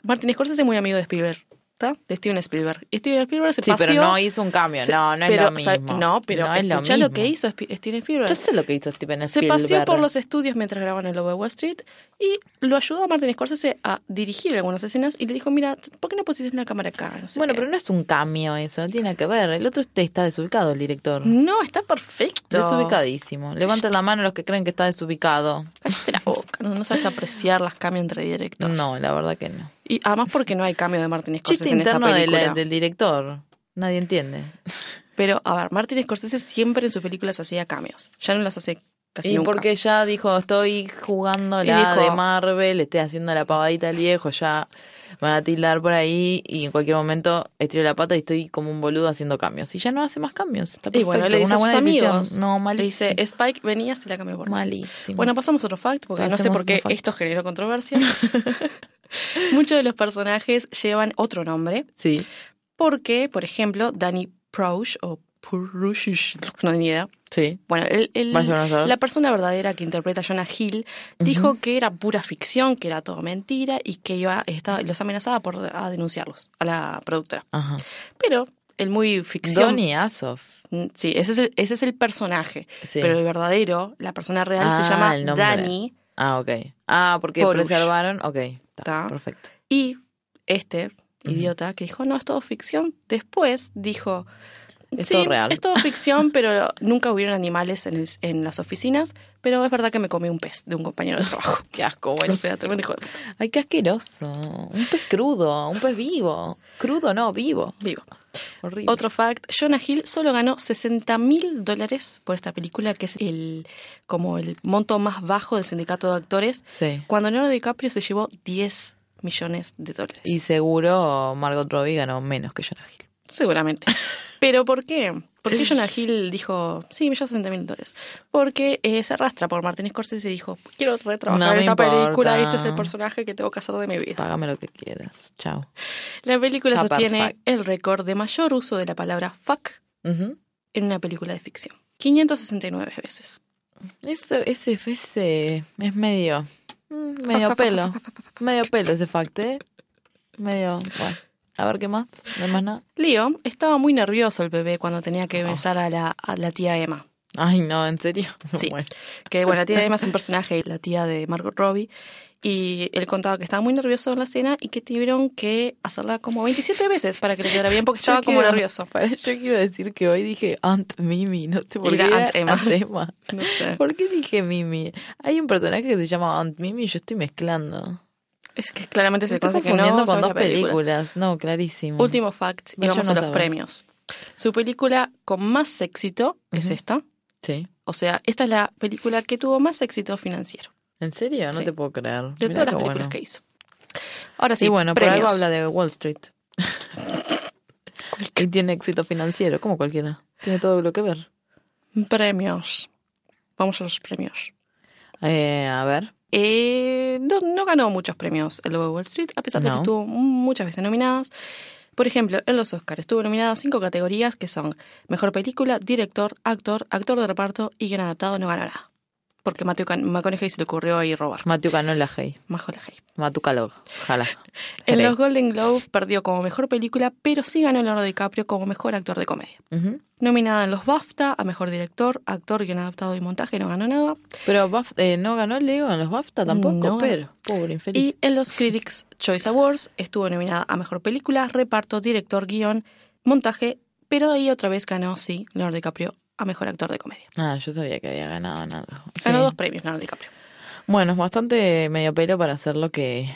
S1: Martin Scorsese es muy amigo de Spielberg, ¿está? De Steven Spielberg. Y Steven Spielberg se
S2: sí,
S1: paseó...
S2: pero no hizo un cambio.
S1: se-
S2: no, no es
S1: pero,
S2: lo
S1: sabe-
S2: mismo.
S1: No, pero
S2: no es lo
S1: escuchá lo,
S2: mismo.
S1: que hizo Spi- Steven Spielberg.
S2: Yo sé lo que hizo Steven
S1: Se
S2: Spielberg.
S1: paseó por los estudios mientras grababan el Lobo de Wall Street y lo ayudó a Martin Scorsese a dirigir algunas escenas y le dijo, mira, ¿por qué no pusiste la cámara acá? No sé
S2: Bueno,
S1: qué.
S2: pero no es un cambio eso, no tiene nada que ver. El otro te- está desubicado, el director.
S1: No, está perfecto.
S2: Desubicadísimo. Levanten la mano los que creen que está desubicado.
S1: Cállate la boca. no, no sabes apreciar las cambios entre directores.
S2: No, la verdad que no.
S1: Y además porque no hay cambio de Martin Scorsese
S2: Mm. Chiste
S1: en
S2: interno
S1: esta
S2: de la-
S1: película.
S2: del director. Nadie entiende.
S1: Pero, a ver, Martin Scorsese siempre en sus películas hacía cambios. Ya no las hace casi
S2: y
S1: nunca.
S2: porque ya dijo, estoy jugando
S1: Y
S2: la
S1: dijo-
S2: de Marvel, estoy haciendo la pavadita al viejo, ya me van a tildar por ahí y en cualquier momento estiro la pata y estoy como un boludo haciendo cambios. Y ya no hace más cambios. Está
S1: y bueno,
S2: perfecto,
S1: le dice
S2: una
S1: a sus
S2: buena decisión.
S1: amigos.
S2: No,
S1: le
S2: malísimo.
S1: dice, Spike, venía, se la cambió por mí.
S2: malísimo.
S1: Bueno, pasamos a otro fact, porque no sé
S2: Pasemos
S1: por qué
S2: otro fact.
S1: esto generó controversia. [laughs] Muchos de los personajes llevan otro nombre,
S2: sí.
S1: porque, por ejemplo, Danny Proush o Proush, no tengo ni idea.
S2: Sí.
S1: Bueno, el- el-
S2: Vaya a saber.
S1: la persona verdadera que interpreta a Jonah Hill dijo que era pura ficción, que era todo mentira y que iba estaba, los amenazaba por a denunciarlos a la productora.
S2: Ajá.
S1: Pero el muy ficción,
S2: Donny Asoff.
S1: Mm, sí, ese es el, ese es el personaje,
S2: Sí.
S1: pero el verdadero, la persona real
S2: Ah,
S1: se llama
S2: el nombre.
S1: Danny
S2: Ah, ok. Ah, porque
S1: Porush.
S2: preservaron. Ok,
S1: Ta.
S2: está. Perfecto.
S1: y este
S2: Ujú.
S1: idiota que dijo, "No, es todo ficción." Después dijo
S2: Es
S1: "Sí,
S2: todo real."
S1: Es todo ficción, [laughs] pero nunca hubieron animales en, el- en las oficinas. Pero es verdad que me comí un pez de un compañero de
S2: [laughs]
S1: trabajo.
S2: Qué asco,
S1: Bueno,
S2: bueno.
S1: [laughs] o sea, tremendo hijo de puta.
S2: Ay, qué asqueroso. Un pez crudo, un pez vivo. Crudo no, vivo.
S1: Vivo.
S2: Horrible.
S1: Otro fact, Jonah Hill solo ganó 60 mil dólares por esta película, que es el como el monto más bajo del sindicato de actores,
S2: Sí.
S1: cuando Leonardo DiCaprio se llevó 10 millones de dólares.
S2: Y seguro Margot Robbie ganó menos que Jonah Hill.
S1: Seguramente.
S2: [laughs]
S1: ¿Pero por qué? ¿Por qué Jonah Hill dijo, sí, me llevo 60 mil dólares? Porque eh, se arrastra por Martin Scorsese y dijo, quiero retrabajar
S2: No me
S1: esta película,
S2: importa.
S1: este es el personaje que tengo que hacer de mi vida.
S2: Págame lo que quieras. Chao.
S1: La película
S2: Está
S1: sostiene
S2: perfecto.
S1: el récord de mayor uso de la palabra fuck
S2: Ujú.
S1: en una película de ficción. 569 veces.
S2: Eso, ese, ese es medio. mm, Medio pelo. Medio pelo ese fact, ¿eh? Medio. Bueno. A ver qué más. No hay más nada.
S1: Leo estaba muy nervioso el bebé cuando tenía
S2: Oh.
S1: que besar a la, a la tía Emma.
S2: Ay, no, en serio. [laughs]
S1: Sí.
S2: Bueno.
S1: Que bueno, la tía Emma es un personaje, la tía de Margot Robbie. Y él contaba que estaba muy nervioso en la escena y que tuvieron que hacerla como 27 veces para que le quedara bien porque estaba
S2: Yo
S1: como
S2: quiero-
S1: nervioso.
S2: Pará, [laughs] Yo quiero decir que hoy dije Aunt Mimi, no sé por
S1: Era
S2: qué.
S1: Aunt Emma.
S2: Aunt Emma.
S1: No sé.
S2: ¿Por qué dije Mimi? Hay un personaje que se llama Aunt Mimi y yo estoy mezclando.
S1: Es que claramente
S2: Me
S1: se
S2: estoy
S1: conoce que no
S2: confundiendo con
S1: sabes
S2: dos
S1: la película.
S2: películas. No, clarísimo.
S1: Último fact, y
S2: Yo
S1: vamos
S2: no
S1: a los
S2: sabía.
S1: premios. Su película con más éxito es
S2: Ujú.
S1: esta.
S2: Sí.
S1: O sea, esta es la película que tuvo más éxito financiero
S2: ¿En serio? No
S1: Sí.
S2: te puedo creer.
S1: de
S2: Mirá qué
S1: todas las películas
S2: bueno.
S1: que hizo. Ahora sí,
S2: Sí, bueno, por
S1: premios.
S2: algo habla de Wall [laughs] Street. y tiene éxito financiero, como cualquiera. Tiene todo lo que ver.
S1: Premios. Vamos a los premios.
S2: Eh, a ver.
S1: Eh, no, no ganó muchos premios el Lobo de Wall Street, a pesar de que
S2: No.
S1: estuvo muchas veces nominadas. Por ejemplo, en los Oscars estuvo nominada a cinco categorías que son Mejor Película, Director, Actor, Actor de Reparto y Guion Adaptado no ganó nada. Porque Mateo Can- McConaughey se le ocurrió ahí robar.
S2: Matthew Canola Hey.
S1: Más Holajei.
S2: Matthew Calog. Jala.
S1: En
S2: Jerey.
S1: los Golden Globe perdió como Mejor Película, pero sí ganó Leonardo DiCaprio como Mejor Actor de Comedia.
S2: Ujú.
S1: Nominada en los BAFTA a Mejor Director, Actor, Guion Adaptado y Montaje no ganó nada.
S2: Pero Baf- eh, no ganó Leo en los BAFTA tampoco,
S1: No.
S2: pero pobre infeliz.
S1: Y en los Critics Choice Awards estuvo nominada a Mejor Película, Reparto, Director, Guión, Montaje, pero ahí otra vez ganó, sí, Leonardo DiCaprio a Mejor Actor de Comedia.
S2: Ah, yo sabía que había ganado nada.
S1: Ganó
S2: Sí.
S1: dos premios Leonardo DiCaprio.
S2: Bueno, es bastante medio pelo para hacer lo que.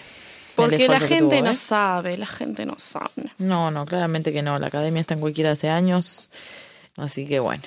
S1: Porque la gente no
S2: no
S1: sabe, la gente no sabe.
S2: ¿eh? No, no, claramente que no. La academia está en cualquiera hace años. Así que bueno.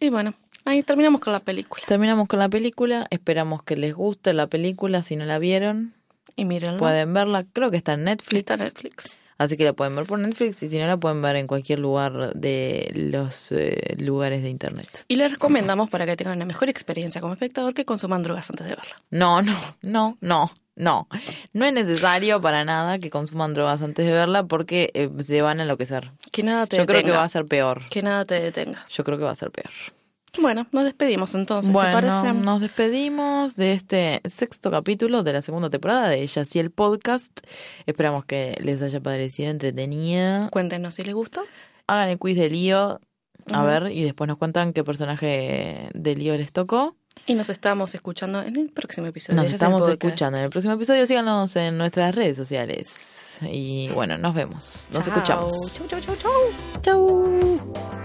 S1: Y bueno, ahí terminamos con la película.
S2: Terminamos con la película. Esperamos que les guste la película. Si no la vieron,
S1: Y mírenla.
S2: pueden verla. Creo que está en Netflix.
S1: Está en Netflix.
S2: Así que la pueden ver por Netflix. Y si no, la pueden ver en cualquier lugar de los eh, lugares de internet.
S1: Y les recomendamos para que tengan una mejor experiencia como espectador que consuman drogas antes de verla.
S2: No, no, no, no, no. No es necesario para nada que consuman drogas antes de verla porque eh, se van a enloquecer.
S1: Que nada te
S2: Yo creo
S1: detenga.
S2: que va a ser peor.
S1: Que nada te detenga.
S2: Yo creo que va a ser peor.
S1: Bueno, nos despedimos entonces, ¿te
S2: Bueno,
S1: parece?
S2: nos despedimos de este sexto capítulo de la segunda temporada de Ella y el podcast. Esperamos que les haya parecido entretenida.
S1: Cuéntenos si les gustó.
S2: Hagan el quiz de lío, a
S1: Ujú.
S2: ver, y después nos cuentan qué personaje de lío les tocó.
S1: Y nos estamos escuchando en el próximo episodio.
S2: Nos
S1: Ya es el
S2: estamos
S1: podcast.
S2: escuchando en el próximo episodio. Síganos en nuestras redes sociales. Y bueno, nos vemos. Nos
S1: Chao.
S2: escuchamos.
S1: Chau, chau, chau, chau.
S2: Chau.